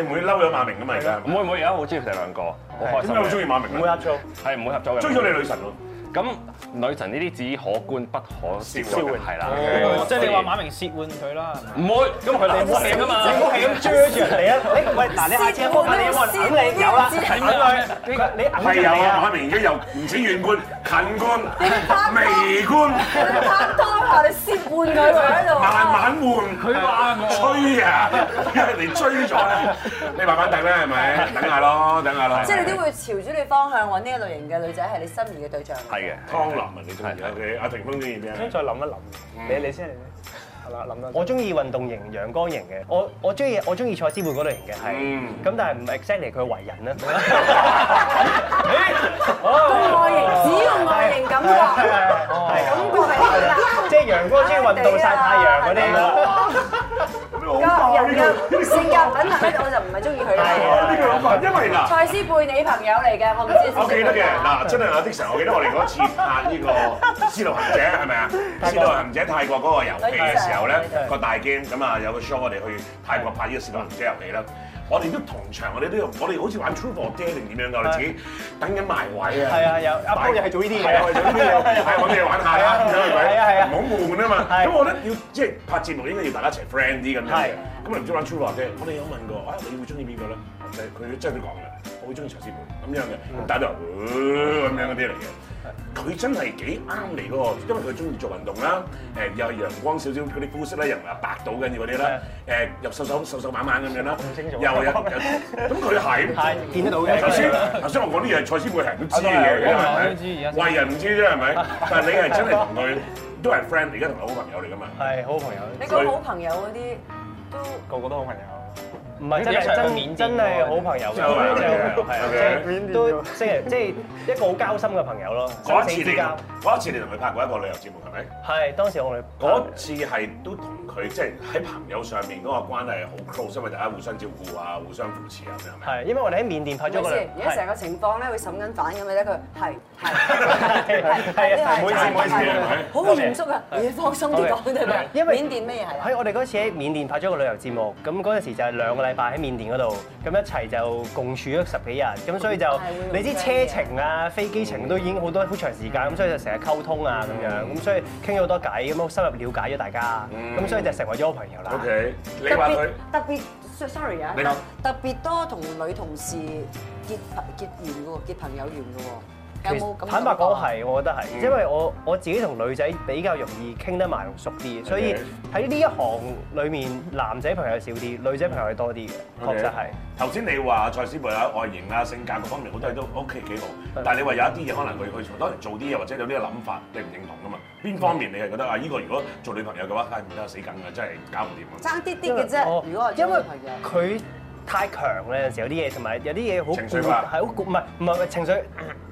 Speaker 2: 你唔會嬲咗馬明㗎嘛？而家
Speaker 7: 唔會唔會，而家好中意佢哋兩個，好開
Speaker 2: 點
Speaker 7: 心
Speaker 2: 解好中意
Speaker 7: 嘅。
Speaker 2: 馬明
Speaker 4: 唔會
Speaker 2: 咧？
Speaker 4: 呷醋，
Speaker 7: 係唔會合作嘅。
Speaker 2: 追咗你女神喎，
Speaker 7: 咁女神呢啲只可觀不可褻
Speaker 2: 褻
Speaker 7: 玩
Speaker 2: 玩
Speaker 7: 係啦。
Speaker 9: 啊
Speaker 3: 哦即係你話馬明涉換佢啦，係咪
Speaker 7: 唔會，咁佢靚唔靚㗎 嘛？
Speaker 4: 你唔好係咁追住人哋啊！你喂嗱，你下次有冇你有冇人揞你有啦？揞
Speaker 9: 啊
Speaker 4: 佢，呢個你揞
Speaker 2: 係
Speaker 4: 住
Speaker 2: 有
Speaker 4: 你
Speaker 2: 啊！
Speaker 4: 啊！
Speaker 2: 馬明而家又唔止遠觀、近觀、微觀，
Speaker 1: 拍拖後你涉換佢喎喺度，
Speaker 2: 慢慢換。佢話吹啊，因為你追咗咧，你慢慢等啦，係咪？等下咯，等下咯。
Speaker 1: 即係你都會朝住你方向揾呢一類型嘅女仔係你心儀嘅對象。
Speaker 7: 係嘅，
Speaker 2: 湯立文你中意？OK，阿 à, 霆鋒中意咩
Speaker 4: Dạ,
Speaker 2: 啊？
Speaker 10: 再諗一諗，
Speaker 9: 嗯
Speaker 10: 你你先嚟，係啦，諗一
Speaker 4: 我中意運動型、陽光型嘅，我我中意我中意蔡思貝嗰類型嘅，係
Speaker 2: 嗯
Speaker 4: 咁，但係唔 exactly 佢為 人啦。
Speaker 10: 哎
Speaker 9: 哦
Speaker 1: 外形，只要外形感覺，
Speaker 4: 係
Speaker 9: 啊哦
Speaker 1: 感覺係
Speaker 4: 即係陽光中意運動曬太陽嗰啲。
Speaker 2: 咁我
Speaker 1: 人嘅人嘅性格品行咧，我就唔係中意佢啦。
Speaker 2: 呢個諗法，因為嗱。
Speaker 1: 蔡思貝你朋友嚟嘅，我唔知。
Speaker 2: 我記得嘅嗱，真係阿 d i 我記得我哋嗰次拍呢個《使徒行者》係咪啊？《使徒行者》泰國嗰個遊戲嘅時候咧，個大 game 咁啊，有個 show 我哋去泰國拍呢個《使徒行者》遊戲啦。我哋都同場，我哋都有，我哋好似玩 True or Dare 定點樣㗎？我哋自己等緊埋位啊！
Speaker 9: 係啊，有阿
Speaker 2: 大
Speaker 9: 波又係做呢啲
Speaker 2: 係啊，
Speaker 9: 嘢
Speaker 2: 我哋。做呢啲嘢，係揾嘢玩下啦，係咪？
Speaker 9: 係啊係啊
Speaker 2: 唔好悶啊嘛。
Speaker 9: 係
Speaker 2: 咁我覺得要即係拍節目應該要大家一齊 friend 啲咁樣嘅
Speaker 9: 係。
Speaker 2: 咁你唔中意玩 True 話啫，我哋有問過，啊你會中意邊個咧？就係佢真係都講嘅，我會中意柴師妹咁樣嘅，打到咁樣嗰啲嚟嘅。佢真係幾啱你嗰個，因為佢中意做運動啦，誒又係陽光少少嗰啲膚色咧，又唔係白到緊要嗰啲啦，誒又瘦瘦瘦瘦蜢蜢咁樣啦，又有又咁佢係。
Speaker 9: 係見得到嘅。
Speaker 2: 頭先頭先我講啲嘢，蔡師妹係人都知嘅，
Speaker 3: 我
Speaker 2: 係
Speaker 9: 啊
Speaker 3: 都知而 家
Speaker 2: 咪？為人唔知啫，係咪？但係你係真係同佢 都係 friend，而家同佢好朋友嚟噶嘛？
Speaker 9: 係好朋友，
Speaker 1: 你講好朋友嗰啲都。
Speaker 4: 個個都好朋友。
Speaker 9: 唔係真
Speaker 3: 一齊
Speaker 9: 係
Speaker 3: 去
Speaker 9: 真
Speaker 3: 緬甸
Speaker 9: 真係好朋友嘅，
Speaker 2: 真係好朋友
Speaker 9: 係啊
Speaker 2: OK
Speaker 9: 即係都即係即係一個好交心嘅朋友咯，
Speaker 2: 嗰
Speaker 9: 生
Speaker 2: 一
Speaker 9: 死
Speaker 2: 次
Speaker 9: 之
Speaker 2: 你
Speaker 9: 交。
Speaker 2: 嗰一次你同佢拍過一個旅遊節目係咪？
Speaker 9: 係當時我哋
Speaker 2: 嗰次係都同佢即係喺朋友上面嗰個關係好 close，因為大家互相照顧啊，互相扶持啊咁樣係咪。
Speaker 9: 係因為我哋喺緬甸拍咗
Speaker 1: 咪
Speaker 9: 個
Speaker 1: 先？而家成個情況咧，會審緊反咁嘅咧，佢係係係
Speaker 9: 係每次
Speaker 2: 每次係咪
Speaker 1: 好嚴肅啊！你放鬆啲講得唔得？
Speaker 9: 因為
Speaker 1: 緬甸咩嘢係啊？
Speaker 9: 喺我哋嗰次喺緬甸拍咗個旅遊節目，咁嗰陣時就係兩個禮拜喺緬甸嗰度，咁一齊就共處咗十幾日，咁所以就
Speaker 1: 係會
Speaker 9: 你知車程啊、飛機程都已經好多好長時間，咁所以就成日溝通啊咁樣，咁所以傾咗好多偈，咁好深入了解咗大家，咁所以就成為咗好朋友啦。
Speaker 2: OK，你
Speaker 1: 特
Speaker 2: 話
Speaker 1: 別
Speaker 2: 佢
Speaker 1: 特別，sorry 啊
Speaker 2: 你講，
Speaker 1: 特別多同女同事結結緣嘅喎，結朋友緣嘅喎，有冇咁？
Speaker 9: 坦白講，係，我覺得係，因為我我自己同女仔比較容易傾得埋熟啲，所以
Speaker 2: OK
Speaker 9: 喺呢一行裡面，男仔朋友少啲，女仔朋友係多啲嘅，確實係。
Speaker 2: 頭先你話蔡思貝啊，外形啊、性格各方面好多嘢都 OK 幾好，但係你話有一啲嘢可能佢佢當然做啲嘢或者有啲諗法，你唔認同噶嘛？邊方面你係覺得啊？呢個如果做女朋友嘅話，唉唔得死梗啊，真係搞唔掂啊！
Speaker 1: 爭啲啲嘅啫。如果我
Speaker 9: 因為
Speaker 1: 做朋友，
Speaker 9: 佢太強咧，有陣時有啲嘢同埋有啲嘢好
Speaker 2: 情緒
Speaker 9: 固
Speaker 2: 化
Speaker 9: 係好固，唔係唔係唔係情緒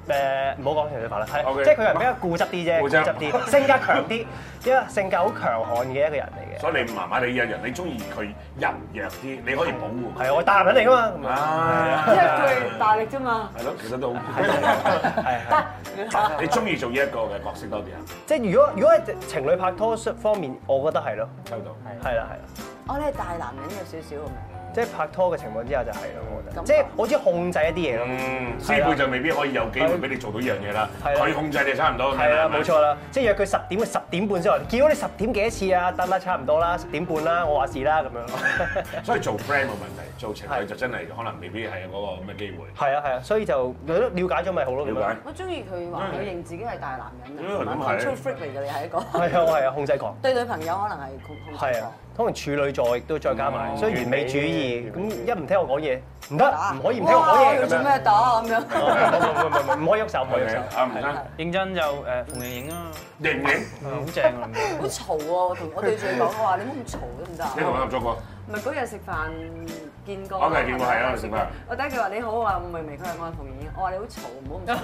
Speaker 9: 誒，唔好講情緒化啦，係
Speaker 2: OK
Speaker 9: 即係佢人比較固執啲啫，
Speaker 2: 固
Speaker 9: 固
Speaker 2: 執
Speaker 9: 執啲，性格 強啲，因為性格好強悍嘅一個人嚟嘅，
Speaker 2: 所以你麻麻地嘅人，你中意佢柔弱啲，你可以保護佢。
Speaker 9: 係我大男人嚟噶嘛，
Speaker 2: 啊，
Speaker 1: 因為佢大力啫嘛。
Speaker 2: 係咯，其實都好。
Speaker 9: 係係。
Speaker 2: 你中意做呢一個嘅角色多啲啊？
Speaker 9: 即係如果如果係情侶拍拖方面，我覺得係咯，
Speaker 2: 抽到。
Speaker 9: 係啦係啦，
Speaker 1: 我哋係大男人有少少係咪？
Speaker 9: 即係拍拖嘅情況之下就係咯，我覺得，
Speaker 1: 咁
Speaker 9: 即係我知控制一啲嘢咯，
Speaker 2: 嗯，師輩就未必可以有機會俾你做到呢樣嘢啦。
Speaker 9: 啊係啊
Speaker 2: 佢控制你差唔多。係
Speaker 9: 係啦
Speaker 2: 咪啊
Speaker 9: 冇錯。啦，即係約佢十點，佢十點半先話，叫你十點幾多次啊？得啦，差唔多啦，十點半啦，我話事啦咁樣。
Speaker 2: 所以做 friend 冇問題，做情侶
Speaker 9: 係
Speaker 2: 就真係可能未必係有嗰個咩機會。
Speaker 9: 係啊係啊，所以就了了解咗咪好咯。咁樣
Speaker 2: 了解。
Speaker 1: 我中意佢話佢認自己係大男人
Speaker 2: 嗯
Speaker 1: 啊
Speaker 2: 咁係
Speaker 1: ，control freak 嚟嘅你係一個。
Speaker 9: 係啊，我係啊，控制狂。
Speaker 1: 對女朋友可能係控控制
Speaker 9: 係啊
Speaker 1: 狂。，
Speaker 9: 可能處女座亦都再加埋，所以完美主義咁一唔聽我講嘢，唔得，
Speaker 1: 打
Speaker 9: 啊唔可以唔聽我講
Speaker 1: 啊哇
Speaker 9: 嘢
Speaker 1: 要
Speaker 9: 咁
Speaker 1: 做
Speaker 9: 樣。哦
Speaker 1: 咩打啊咁樣？
Speaker 9: 唔唔唔唔唔唔可以喐手，唔可以
Speaker 2: OK，
Speaker 9: 喐手。
Speaker 2: 啊，吳生，
Speaker 3: 認真就誒馮盈盈啊，
Speaker 2: 認唔認？
Speaker 9: 嗯
Speaker 3: 好正啊！
Speaker 1: 好嘈喎！我同我對住佢講，我話你唔好咁嘈得唔得啊
Speaker 2: 你同佢合作過？
Speaker 1: 唔係嗰日食飯見過。
Speaker 2: OK，見過係啊食飯。
Speaker 1: 我第一句話你好，啊我話明明佢係我同影，我話你好嘈，唔好咁嘈。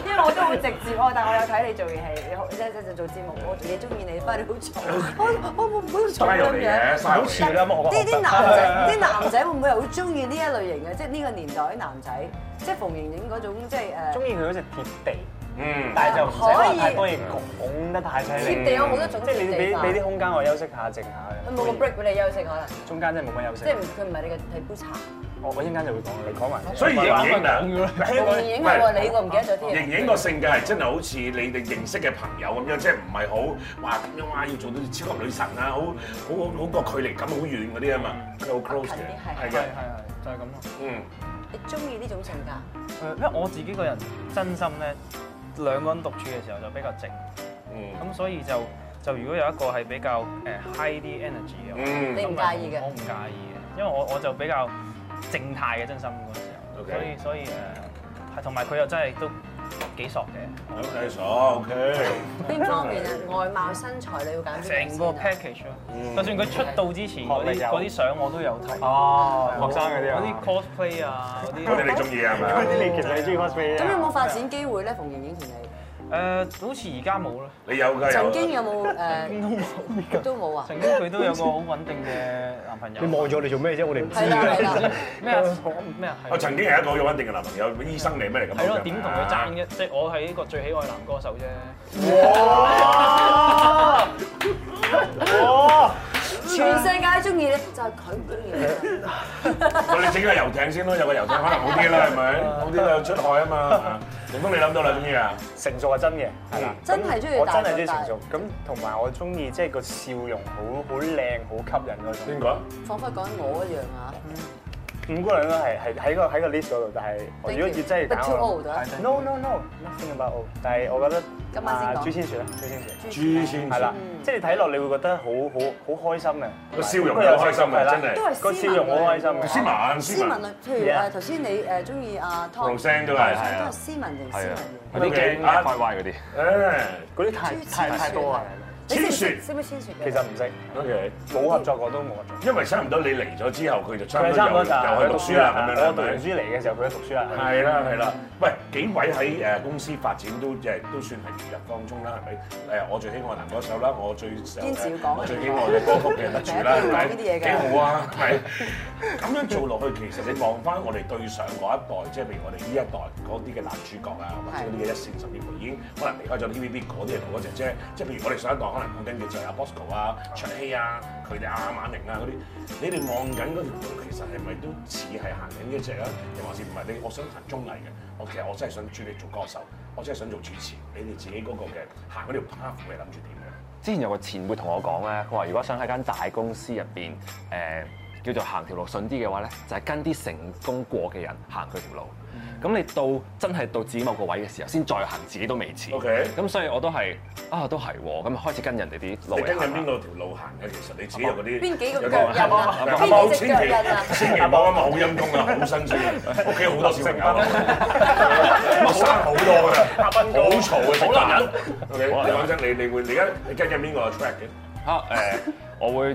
Speaker 1: 因 為我都好直接，我話但係我有睇你做戲，你好即係就做節目，我自己中意你，不過你好嘈，我我我唔好咁嘈
Speaker 2: 嘥油
Speaker 1: 咁
Speaker 2: 嚟
Speaker 1: 樣
Speaker 2: 嘅，。嘥油嚟
Speaker 9: 似
Speaker 2: 嘅
Speaker 9: 你 有冇學過
Speaker 1: 呢啲男仔，啲男仔會唔會好中意呢一類型嘅？即係呢個年代啲男仔，即係馮盈盈嗰種，即係誒
Speaker 4: 中意佢好似貼地，
Speaker 2: 嗯，
Speaker 4: 但係就唔使話太多嘢講得太犀利。
Speaker 1: 貼地有好多種
Speaker 4: 即係你俾
Speaker 1: 貼地法
Speaker 4: 俾啲空間我休息下、靜下嘅。
Speaker 1: 冇個 break 俾你休息可能，
Speaker 4: 中間真係冇乜休息
Speaker 1: 即係。唔佢唔係你嘅皮膚茶。
Speaker 4: 我我一陣間就會講，你講埋先。
Speaker 2: 所以盈盈啊，
Speaker 1: 馮盈盈係喎，你個唔記得咗啲嘢。
Speaker 2: 盈盈個性格係真係好似你哋認識嘅朋友咁樣，即係唔係好話咁樣哇要做到超級女神啊，好好好好個距離感好遠嗰啲啊嘛，佢好 close 嘅，係
Speaker 3: 係
Speaker 2: 嘅
Speaker 3: 係，係，就係咁咯。
Speaker 2: 嗯，
Speaker 1: 你中意呢種性格？
Speaker 3: 誒，因為我自己個人真心咧，兩個人獨處嘅時候就比較靜，
Speaker 2: 嗯，
Speaker 3: 咁所以就就如果有一個係比較誒 high 啲 energy 嘅話，啊
Speaker 1: 你
Speaker 2: 嗯，
Speaker 1: 唔介意嘅
Speaker 3: 我唔介意嘅，因為我我就比較靜態嘅真心嗰陣時候，
Speaker 2: OK
Speaker 3: 所以所以誒，係同埋佢又真係都幾索嘅，
Speaker 2: 有計數，OK，
Speaker 1: 邊方面啊？外貌、身材，你要揀邊個先啊
Speaker 3: 成個 package 咯。就算佢出道之前嗰
Speaker 4: 嗯學歷
Speaker 3: 啲
Speaker 4: 有
Speaker 3: 嗰啲相我都有睇，
Speaker 4: 哦，學生嗰啲
Speaker 3: 嗰
Speaker 4: 啊。
Speaker 3: 啲 cosplay 啊嗰
Speaker 2: 嗰啲
Speaker 3: 啲。
Speaker 2: 你中意啊係咪啊？
Speaker 4: 啲你其實你中意 cosplay
Speaker 1: 咁有冇發展機會咧？馮盈盈同你，
Speaker 3: 誒、呃好似而家冇啦，
Speaker 2: 你有㗎有
Speaker 1: 曾
Speaker 2: 㗎。
Speaker 1: 經有冇
Speaker 3: 都
Speaker 1: 誒？
Speaker 3: 冇㗎。
Speaker 1: 都冇啊。
Speaker 3: 曾經佢都有個好穩定嘅男朋友。
Speaker 9: 你望住我哋做咩啫？我哋唔知
Speaker 1: 係啦係
Speaker 9: 㗎。
Speaker 1: 啦，
Speaker 3: 咩啊？咩啊？
Speaker 4: 哦
Speaker 2: 我曾經係一個好有穩定嘅男朋友，醫生嚟咩嚟咁？
Speaker 3: 係咯，點同佢爭？啫？即係我係一個最喜愛男歌手啫。
Speaker 1: 全世界中意你，就係佢唔中意你。
Speaker 2: 我哋整個遊艇先咯，有個遊艇可能好啲 啦，係咪？好啲啦，出海啊嘛。凌峰，你諗到啦，終於啊！
Speaker 4: 成熟係真嘅，係啦，
Speaker 1: 真係中意
Speaker 4: 我
Speaker 1: 大
Speaker 4: 真
Speaker 1: 個
Speaker 4: 係中意成熟
Speaker 1: 大，
Speaker 4: 咁同埋我中意即係個笑容好好靚、好吸引嗰種。
Speaker 2: 邊個啊？
Speaker 1: 彷彿講緊我一樣啊！
Speaker 4: 五姑娘都係係喺個喺個 list 嗰度，但係我如果要真係
Speaker 1: But too
Speaker 4: 揀我
Speaker 1: old 啊！
Speaker 4: ，no no no，nothing about old。但係我覺得
Speaker 1: 今晚先
Speaker 4: 啊
Speaker 1: 講嗯
Speaker 4: 朱千雪啦，朱千雪
Speaker 2: 朱先
Speaker 4: 係啦
Speaker 2: 生，，
Speaker 4: 即係你睇落你會覺得好好好開心嘅，
Speaker 2: 個笑容好開心
Speaker 4: 係
Speaker 2: 嘅，
Speaker 4: 啦
Speaker 2: 真係
Speaker 1: 都。係
Speaker 4: 個
Speaker 1: 斯
Speaker 4: 笑
Speaker 1: 文啊
Speaker 4: 容好開心嘅。
Speaker 2: 斯文，斯
Speaker 1: 斯文
Speaker 2: 文
Speaker 1: 類，譬如
Speaker 4: Yeah
Speaker 1: 誒頭先你誒中意阿 Tom，
Speaker 2: ，Roseanne 都
Speaker 1: 都
Speaker 2: 係，係啊
Speaker 1: 係。斯文型斯
Speaker 7: 係啊
Speaker 1: 文，型。
Speaker 7: 嗰啲
Speaker 2: Okay，
Speaker 7: 驚
Speaker 2: 啊
Speaker 7: 歪歪嗰啲。
Speaker 2: 誒
Speaker 4: 嗰啲太太太多啊！
Speaker 1: 你識唔識
Speaker 2: 千雪
Speaker 1: 識唔識千雪嘅？
Speaker 4: 其實唔識，
Speaker 2: ，OK。
Speaker 4: 冇合作過都冇合作。
Speaker 2: 因為差唔多你嚟咗之後，佢就差唔
Speaker 4: 佢係
Speaker 2: 多
Speaker 4: 差
Speaker 2: 又
Speaker 4: 唔多
Speaker 2: 又
Speaker 4: 就
Speaker 2: 去讀書啦，咁樣
Speaker 4: 我
Speaker 2: 啦，係咪
Speaker 4: 讀完書嚟嘅時候，佢都讀書啦。
Speaker 2: 係啦，係啦。喂，幾位喺誒公司發展都即係都算係如日當中啦，係咪？誒，我最喜愛男歌手啦，我最
Speaker 1: 堅持要講啊
Speaker 2: 我最喜愛嘅歌 曲嘅得主啦，係咪？
Speaker 1: 第一機會講呢啲嘢㗎
Speaker 2: 幾好啊，係。咁樣做落去，其實你望翻我哋對上嗰一代，即係譬如我哋呢一代嗰啲嘅男主角啊，或者嗰啲嘅一線，甚至乎已經可能離開咗 TVB 嗰啲人嗰隻啫。即係譬如我哋上一代可能講緊嘅就係阿 Bosco 啊、卓羲啊、佢哋啊、馬明啊嗰啲，你哋望緊嗰條路其實係咪都似係行緊一隻啊？又還是唔係你？我想行綜藝嘅，我其實我真係想轉嚟做歌手，我真係想做主持。你哋自己嗰個嘅行嗰條 path 係諗住點樣？
Speaker 7: 之前有個前輩同我講咧，佢話如果想喺間大公司入邊誒叫做行條路順啲嘅話咧，就係、跟啲成功過嘅人行佢條路。咁你到真係到自己某個位嘅時候，先再行自己都未遲。
Speaker 2: OK
Speaker 7: 咁所以我都係啊，都係喎，咁開始跟人哋啲路
Speaker 2: 你
Speaker 7: 嚟
Speaker 2: 跟緊邊
Speaker 7: 行啊啦。
Speaker 2: 個條路行嘅？其實你自己有嗰 啲
Speaker 1: 邊幾個
Speaker 2: 有
Speaker 1: 腳印啊？
Speaker 2: 阿
Speaker 7: 阿
Speaker 1: 邊
Speaker 2: 媽
Speaker 1: 幾隻腳印啊？
Speaker 2: 千祈唔好啊嘛，好陰功啊，好辛酸啊，屋企好多小朋友，生好多㗎，好嘈啊，食飯。OK，你講真，你你會你而家你跟緊邊個 track 嘅？
Speaker 7: 啊誒、我會誒、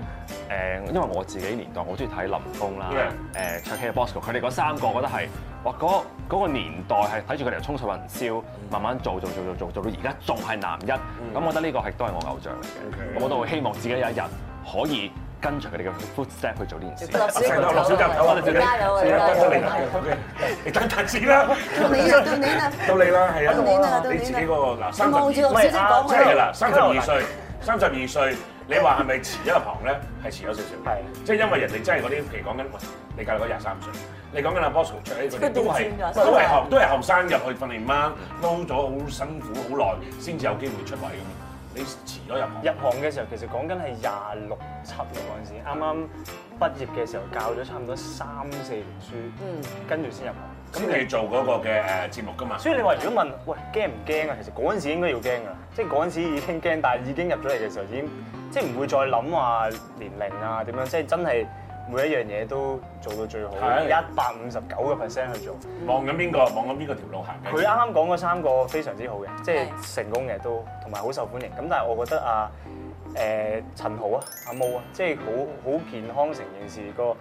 Speaker 7: 因為我自己年代我中意睇林峰啦，誒卓 K、Bosco，佢哋嗰三個，我覺得係哇嗰嗰個年代係睇住佢哋由衝上雲霄，慢慢做做做做做做到而家仲係男一，
Speaker 2: 嗯
Speaker 7: 咁我覺得呢個係都係我偶像嚟嘅，咁我都會希望自己有一日可以跟隨佢哋嘅 footstep 去做呢件事。
Speaker 1: 落
Speaker 2: 成頭落小夾頭啊！
Speaker 1: 加油啊！加
Speaker 2: 得得你
Speaker 1: 油
Speaker 2: 啦
Speaker 1: 啊！
Speaker 2: ，OK，你等陣先啦，
Speaker 1: 到你啦，到你啦！
Speaker 2: 到你啦，係啊，
Speaker 1: 到你啦到你啦
Speaker 2: 你自己嗰個嗱三十
Speaker 1: 望
Speaker 2: 二
Speaker 1: 住陸小姐講
Speaker 2: 真係
Speaker 1: 佢，
Speaker 4: 哦
Speaker 2: 啦，三十二歲，三十二歲，你話係咪遲一行咧？係遲咗少少嘅，
Speaker 4: 啊
Speaker 2: 即係因為人哋真係嗰啲，譬如講緊，喂，你教嗰廿三歲，你講緊阿 Bosco 出嚟嗰啲都係都係後都係後生入去訓練班，撈咗好辛苦好耐，先至有機會出位咁嘛。你遲咗入行，
Speaker 4: 入行嘅時候，其實講緊係廿六七嘅嗰陣時，啱啱畢業嘅時候教咗差唔多三四年書，
Speaker 1: 嗯
Speaker 4: 跟住先入行。
Speaker 2: 咁你做嗰個嘅誒節目㗎嘛？
Speaker 4: 所以你話如果問喂驚唔驚啊？其實嗰陣時應該要驚㗎啦，即係嗰陣時已經驚，但係已經入咗嚟嘅時候已經即係唔會再諗話年齡啊點樣，即係真係每一樣嘢都做到最好，
Speaker 2: 係
Speaker 4: 一百五十九個 percent 去做。
Speaker 2: 望緊邊個？望緊邊個條路行緊？
Speaker 4: 佢啱啊啱講嗰三個非常之好嘅，即係成功嘅都同埋好受歡迎。咁但係我覺得啊誒、陳豪啊阿毛啊，即係好好健康成件事個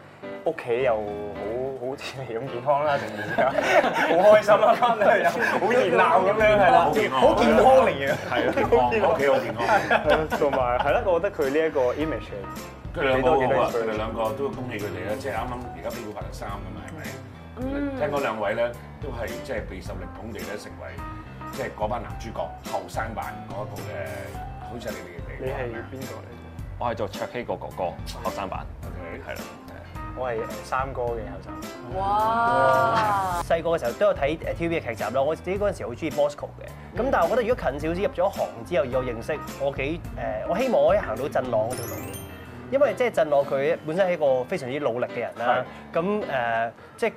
Speaker 4: 屋企又好好 似你咁健康啦，成件事啊 好開心啦，翻到去又好熱鬧咁樣係啦，
Speaker 2: 好健康
Speaker 4: 好健康嚟嘅。
Speaker 2: 係健康，屋企好健康。
Speaker 4: 同埋係啦，我覺得佢呢一個 image
Speaker 2: 佢兩個好好啊！佢哋兩個都恭喜佢哋啦，即係啱啱而家飛虎拍緊三㗎嘛，係咪？聽講兩位咧都係即係備受力捧地咧，成為即係嗰班男主角後生版嗰一部嘅，好似係你哋
Speaker 4: 你
Speaker 2: 你
Speaker 4: 係
Speaker 2: 係
Speaker 4: 邊個嚟？
Speaker 7: 我係做卓 K 個哥哥後生版，
Speaker 2: OK
Speaker 7: 係啦。
Speaker 4: 我係三哥嘅後生。
Speaker 1: 哇！
Speaker 9: 細個嘅時候都有睇誒 TVB 嘅劇集啦，我自己嗰陣時好中意 Bosco 嘅，咁但係我覺得如果近少少入咗行之後，以我認識，我幾誒、我希望我可以行到振朗嗰條路嘅。因為即係振朗佢本身係一個非常之努力嘅人啦，咁誒、即係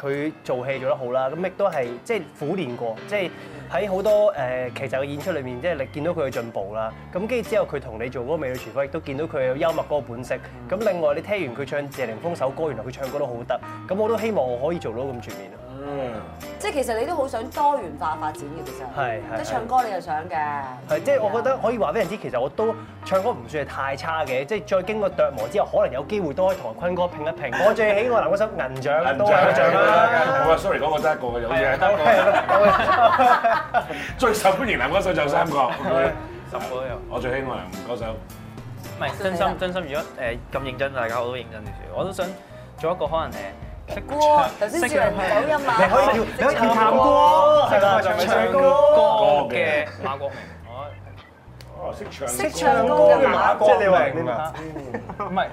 Speaker 9: 佢做戲做得好啦，咁亦都係即係苦練過，即係喺好多誒、劇集嘅演出裏面，即係你見到佢嘅進步啦。咁跟住之後佢同你做嗰個美女廚房，亦都見到佢有幽默嗰個本色。咁另外你聽完佢唱謝霆鋒首歌，原來佢唱歌都好得，咁我都希望我可以做到咁全面咯。啊
Speaker 1: 即係其實你都好想多元化發展嘅，其實
Speaker 9: 係係
Speaker 1: 即係唱歌你又想嘅，啊
Speaker 9: 係，即係我覺得可以話俾人知，其實我都唱歌唔算係太差嘅，即係再經過琢磨之後，可能有機會都可以同阿坤哥拼一拼。我最喜愛男歌手銀獎都係獎啦，
Speaker 2: 我話 sorry 講，我得一個嘅有嘢，得一個。最受歡迎男歌手就三個，
Speaker 3: 十個都有。
Speaker 2: 我最喜愛男歌手。
Speaker 3: 唔係真心真心，如果誒咁認真，大家我都認真少少。我都想做一個可能誒 識
Speaker 1: 哇！頭先少人唔走音啊，
Speaker 9: 你可以跳，你可以跳探歌，係啦，唱歌。
Speaker 3: 歌嘅馬國明。
Speaker 2: 哦，識唱
Speaker 1: 識
Speaker 9: 唱
Speaker 1: 唱
Speaker 9: 歌
Speaker 1: 歌
Speaker 9: 嘅
Speaker 1: 嘅
Speaker 9: 馬
Speaker 1: 馬
Speaker 9: 哥，
Speaker 1: 國
Speaker 9: 即係你話你明
Speaker 3: 唔係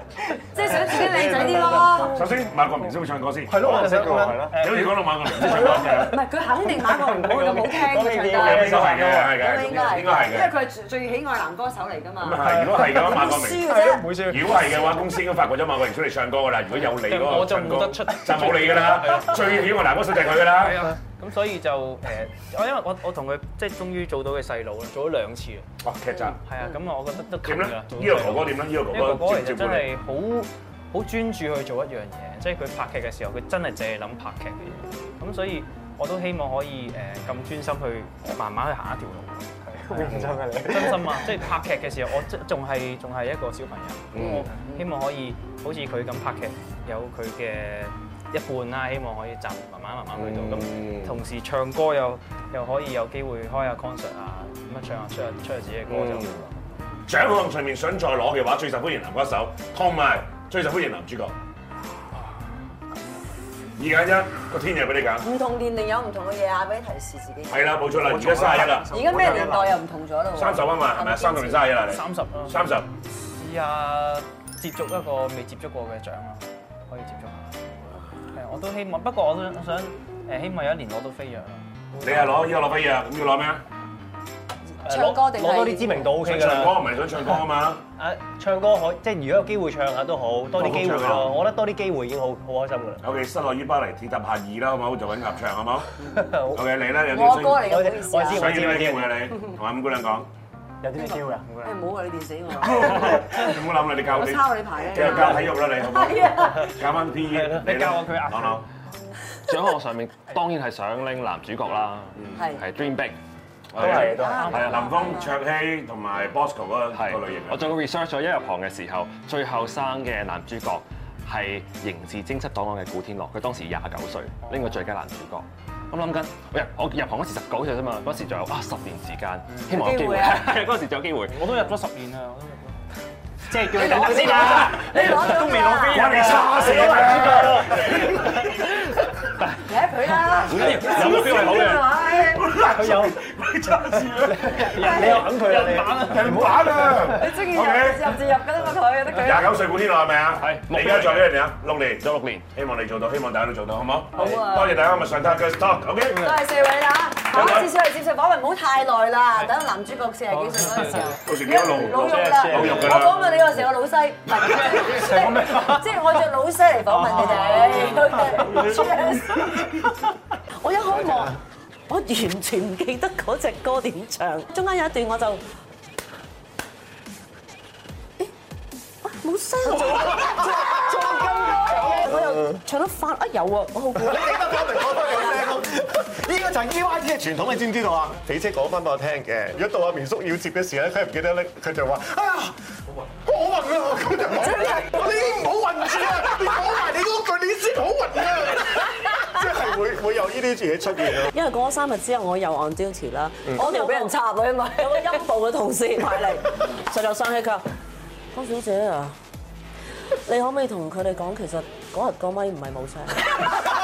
Speaker 1: 即係想自己靚仔啲咯。
Speaker 2: 首先馬國明識唔識唱歌先？
Speaker 9: 係咯，我就想咁樣。
Speaker 2: 有好似講到馬國明識唱歌嘅，
Speaker 1: 唔係佢肯定馬國明冇咁好聽嘅唱
Speaker 2: 應該
Speaker 1: 得，
Speaker 2: 係嘅，係
Speaker 1: 咁
Speaker 2: 嘅，
Speaker 1: 應該係，
Speaker 2: 應該
Speaker 1: 因為
Speaker 2: 係嘅。
Speaker 1: 佢係最喜愛男歌手嚟㗎
Speaker 2: 咁
Speaker 1: 嘛。
Speaker 2: 係，如果係嘅話，馬國明
Speaker 1: 輸。嘅啫，
Speaker 9: 會
Speaker 2: 如果係嘅話，公司已經發掘咗馬國榮出嚟唱歌㗎啦。如果有你嗰個
Speaker 3: 我就
Speaker 2: 唱歌
Speaker 3: 冇得出啊
Speaker 2: 就冇你㗎啦。最啊喜愛男歌手就係佢㗎啦。
Speaker 3: 係啊，咁所以就誒，我因為我我同佢即係終於做到嘅細佬啦，做咗兩次啦。
Speaker 2: 哇，劇集
Speaker 3: 係啊，咁我覺得都近
Speaker 2: 點
Speaker 3: 㗎
Speaker 2: 咧？
Speaker 3: 啦。
Speaker 2: 呢個哥哥點咧？呢
Speaker 3: 因為
Speaker 2: 個
Speaker 3: 啊哥
Speaker 2: 哥
Speaker 3: 哥
Speaker 2: 哥接
Speaker 3: 其
Speaker 2: 唔接
Speaker 3: 實真
Speaker 2: 管你？
Speaker 3: 係好好專注去做一樣嘢，即係佢拍劇嘅時候，佢真係淨係諗拍劇嘅嘢。咁所以我都希望可以誒咁專心去慢慢去行一條路。
Speaker 4: 認真嘅你。
Speaker 3: 真心啊！即係拍劇嘅時候，我即仲係仲係一個小朋友，咁我希望可以好似佢咁拍劇，有佢嘅一半啦，希望可以集慢慢慢慢去到。咁、同時唱歌又又可以有機會開下 concert 啊，咁樣唱下出下出下自己嘅歌就。
Speaker 2: 獎項上面想再攞嘅話，最受歡迎男歌手同埋最受歡迎男主角。二揀一，個天又俾你揀。
Speaker 1: 唔同年齡有唔同嘅嘢啊，俾啲提示自己。
Speaker 2: 係啦，冇錯啦，而家三十一啦，
Speaker 1: 而家咩年代又唔同咗啦喎。
Speaker 2: 三十啊嘛，係咪啊？三十定三十一啦，
Speaker 3: 三
Speaker 2: 你
Speaker 3: 十啦，
Speaker 2: 三十。
Speaker 3: 試下接觸一個未接觸過嘅獎啦，可以接觸下。係，我都希望，不過我都想誒，希望有一年攞到飛躍啦。
Speaker 2: 你係攞依個攞乜嘢啊？咁要攞咩啊？
Speaker 1: 唱歌定係
Speaker 9: 攞多啲知名度 OK 㗎
Speaker 2: 唱
Speaker 9: 啦。
Speaker 2: 歌唔係想唱歌啊嘛。
Speaker 9: 啊，唱歌可即係如果有機會唱下都好，多啲機會咯。我覺得多啲機會已經好好開心㗎啦。
Speaker 2: OK，室內於巴黎鐵塔下二啦，好唔好？就揾合唱好唔好？OK，你咧有
Speaker 1: 我
Speaker 2: 啲需
Speaker 1: 歌
Speaker 2: 要
Speaker 1: 嚟嘅，唔好意思啊。
Speaker 2: 需要咩機會啊？你同阿五姑娘講，
Speaker 4: 有啲咩挑㗎？
Speaker 1: 誒唔好啊！你電死我，
Speaker 2: 五姑諗你，你教
Speaker 1: 我
Speaker 2: 你
Speaker 1: 抄你 牌咧。
Speaker 2: 教教體育啦，你好唔好？
Speaker 1: 係啊，
Speaker 2: 教翻 P.E.
Speaker 3: 你教我佢壓
Speaker 2: 講講。
Speaker 7: 獎項上面當然係想拎男主角啦，
Speaker 1: 係
Speaker 7: 係 Dream Big。
Speaker 2: 嗯都
Speaker 4: 都係都係。
Speaker 2: 係啊，林峰、卓羲同埋 Bosco 嗰個類型啊
Speaker 7: 我做個 research 咗，一入行嘅時候，最後生嘅男主角係刑事偵緝檔案嘅古天樂，佢當時廿九歲，拎過最佳男主角。咁諗緊，我入我入行嗰時十九歲啫嘛，嗰時仲有啊十年時間，希望有機會，
Speaker 1: 有機會啊
Speaker 7: 係 嗰時仲有機會。
Speaker 3: 我都入咗十年啦，我都入咗。
Speaker 9: 即係叫你等先啦，
Speaker 1: 你攞到未攞飛？
Speaker 2: 我哋差死啦！
Speaker 1: 你佢啦，
Speaker 7: 有冇機會好 嘅？
Speaker 9: 佢有
Speaker 2: 差事啦！
Speaker 9: 你又肯佢啦，
Speaker 2: 人玩啊！
Speaker 1: 你中意入入就入㗎啦嘛，佢得
Speaker 2: 廿
Speaker 1: 佢。
Speaker 2: 九歲古天樂係咪啊？
Speaker 7: 係
Speaker 2: 你而家做呢樣嘢啊，六年，
Speaker 7: 有六年，
Speaker 2: 希望你做到，希望大家都做到，好唔好？好
Speaker 1: 啊
Speaker 2: 多謝大家今日上 Talk Talk，OK？
Speaker 1: 多謝四位啦，好，至少嚟接受訪問，唔好太耐啦。等男主角四廿幾歲嗰陣時候，
Speaker 2: 到時見到老
Speaker 1: 老肉啦，
Speaker 2: 老肉㗎
Speaker 1: 我訪
Speaker 2: 啦。
Speaker 1: 問你嗰陣時，我老西，唔係，即係我着老西嚟訪問你哋。
Speaker 11: 我一開幕，
Speaker 1: 啊
Speaker 11: 我完全唔記得嗰只歌點唱，中間有一段我就。咦啊冇聲 啊！做做做咁耐，我又唱得發啊有啊，我好 攰。
Speaker 12: 呢個就係 EYT 嘅傳統，你知唔知道啊？肥姐講翻俾我聽嘅，如果到阿明叔要接嘅時候咧，佢唔記得咧，佢就話：哎呀，好暈啊！咁就好暈，你唔好暈住啊！你講埋你嗰句，你先好暈啊！即係會會有呢啲嘢出現咯。
Speaker 11: 因為過咗三日之後，我又 on duty 啦，
Speaker 1: 我條嗯俾人插啊啦，因為
Speaker 11: 有個陰部嘅同事埋 嚟，實在生氣，佢話：江小姐啊，你可唔可以同佢哋講，其實嗰日個咪唔係冇聲？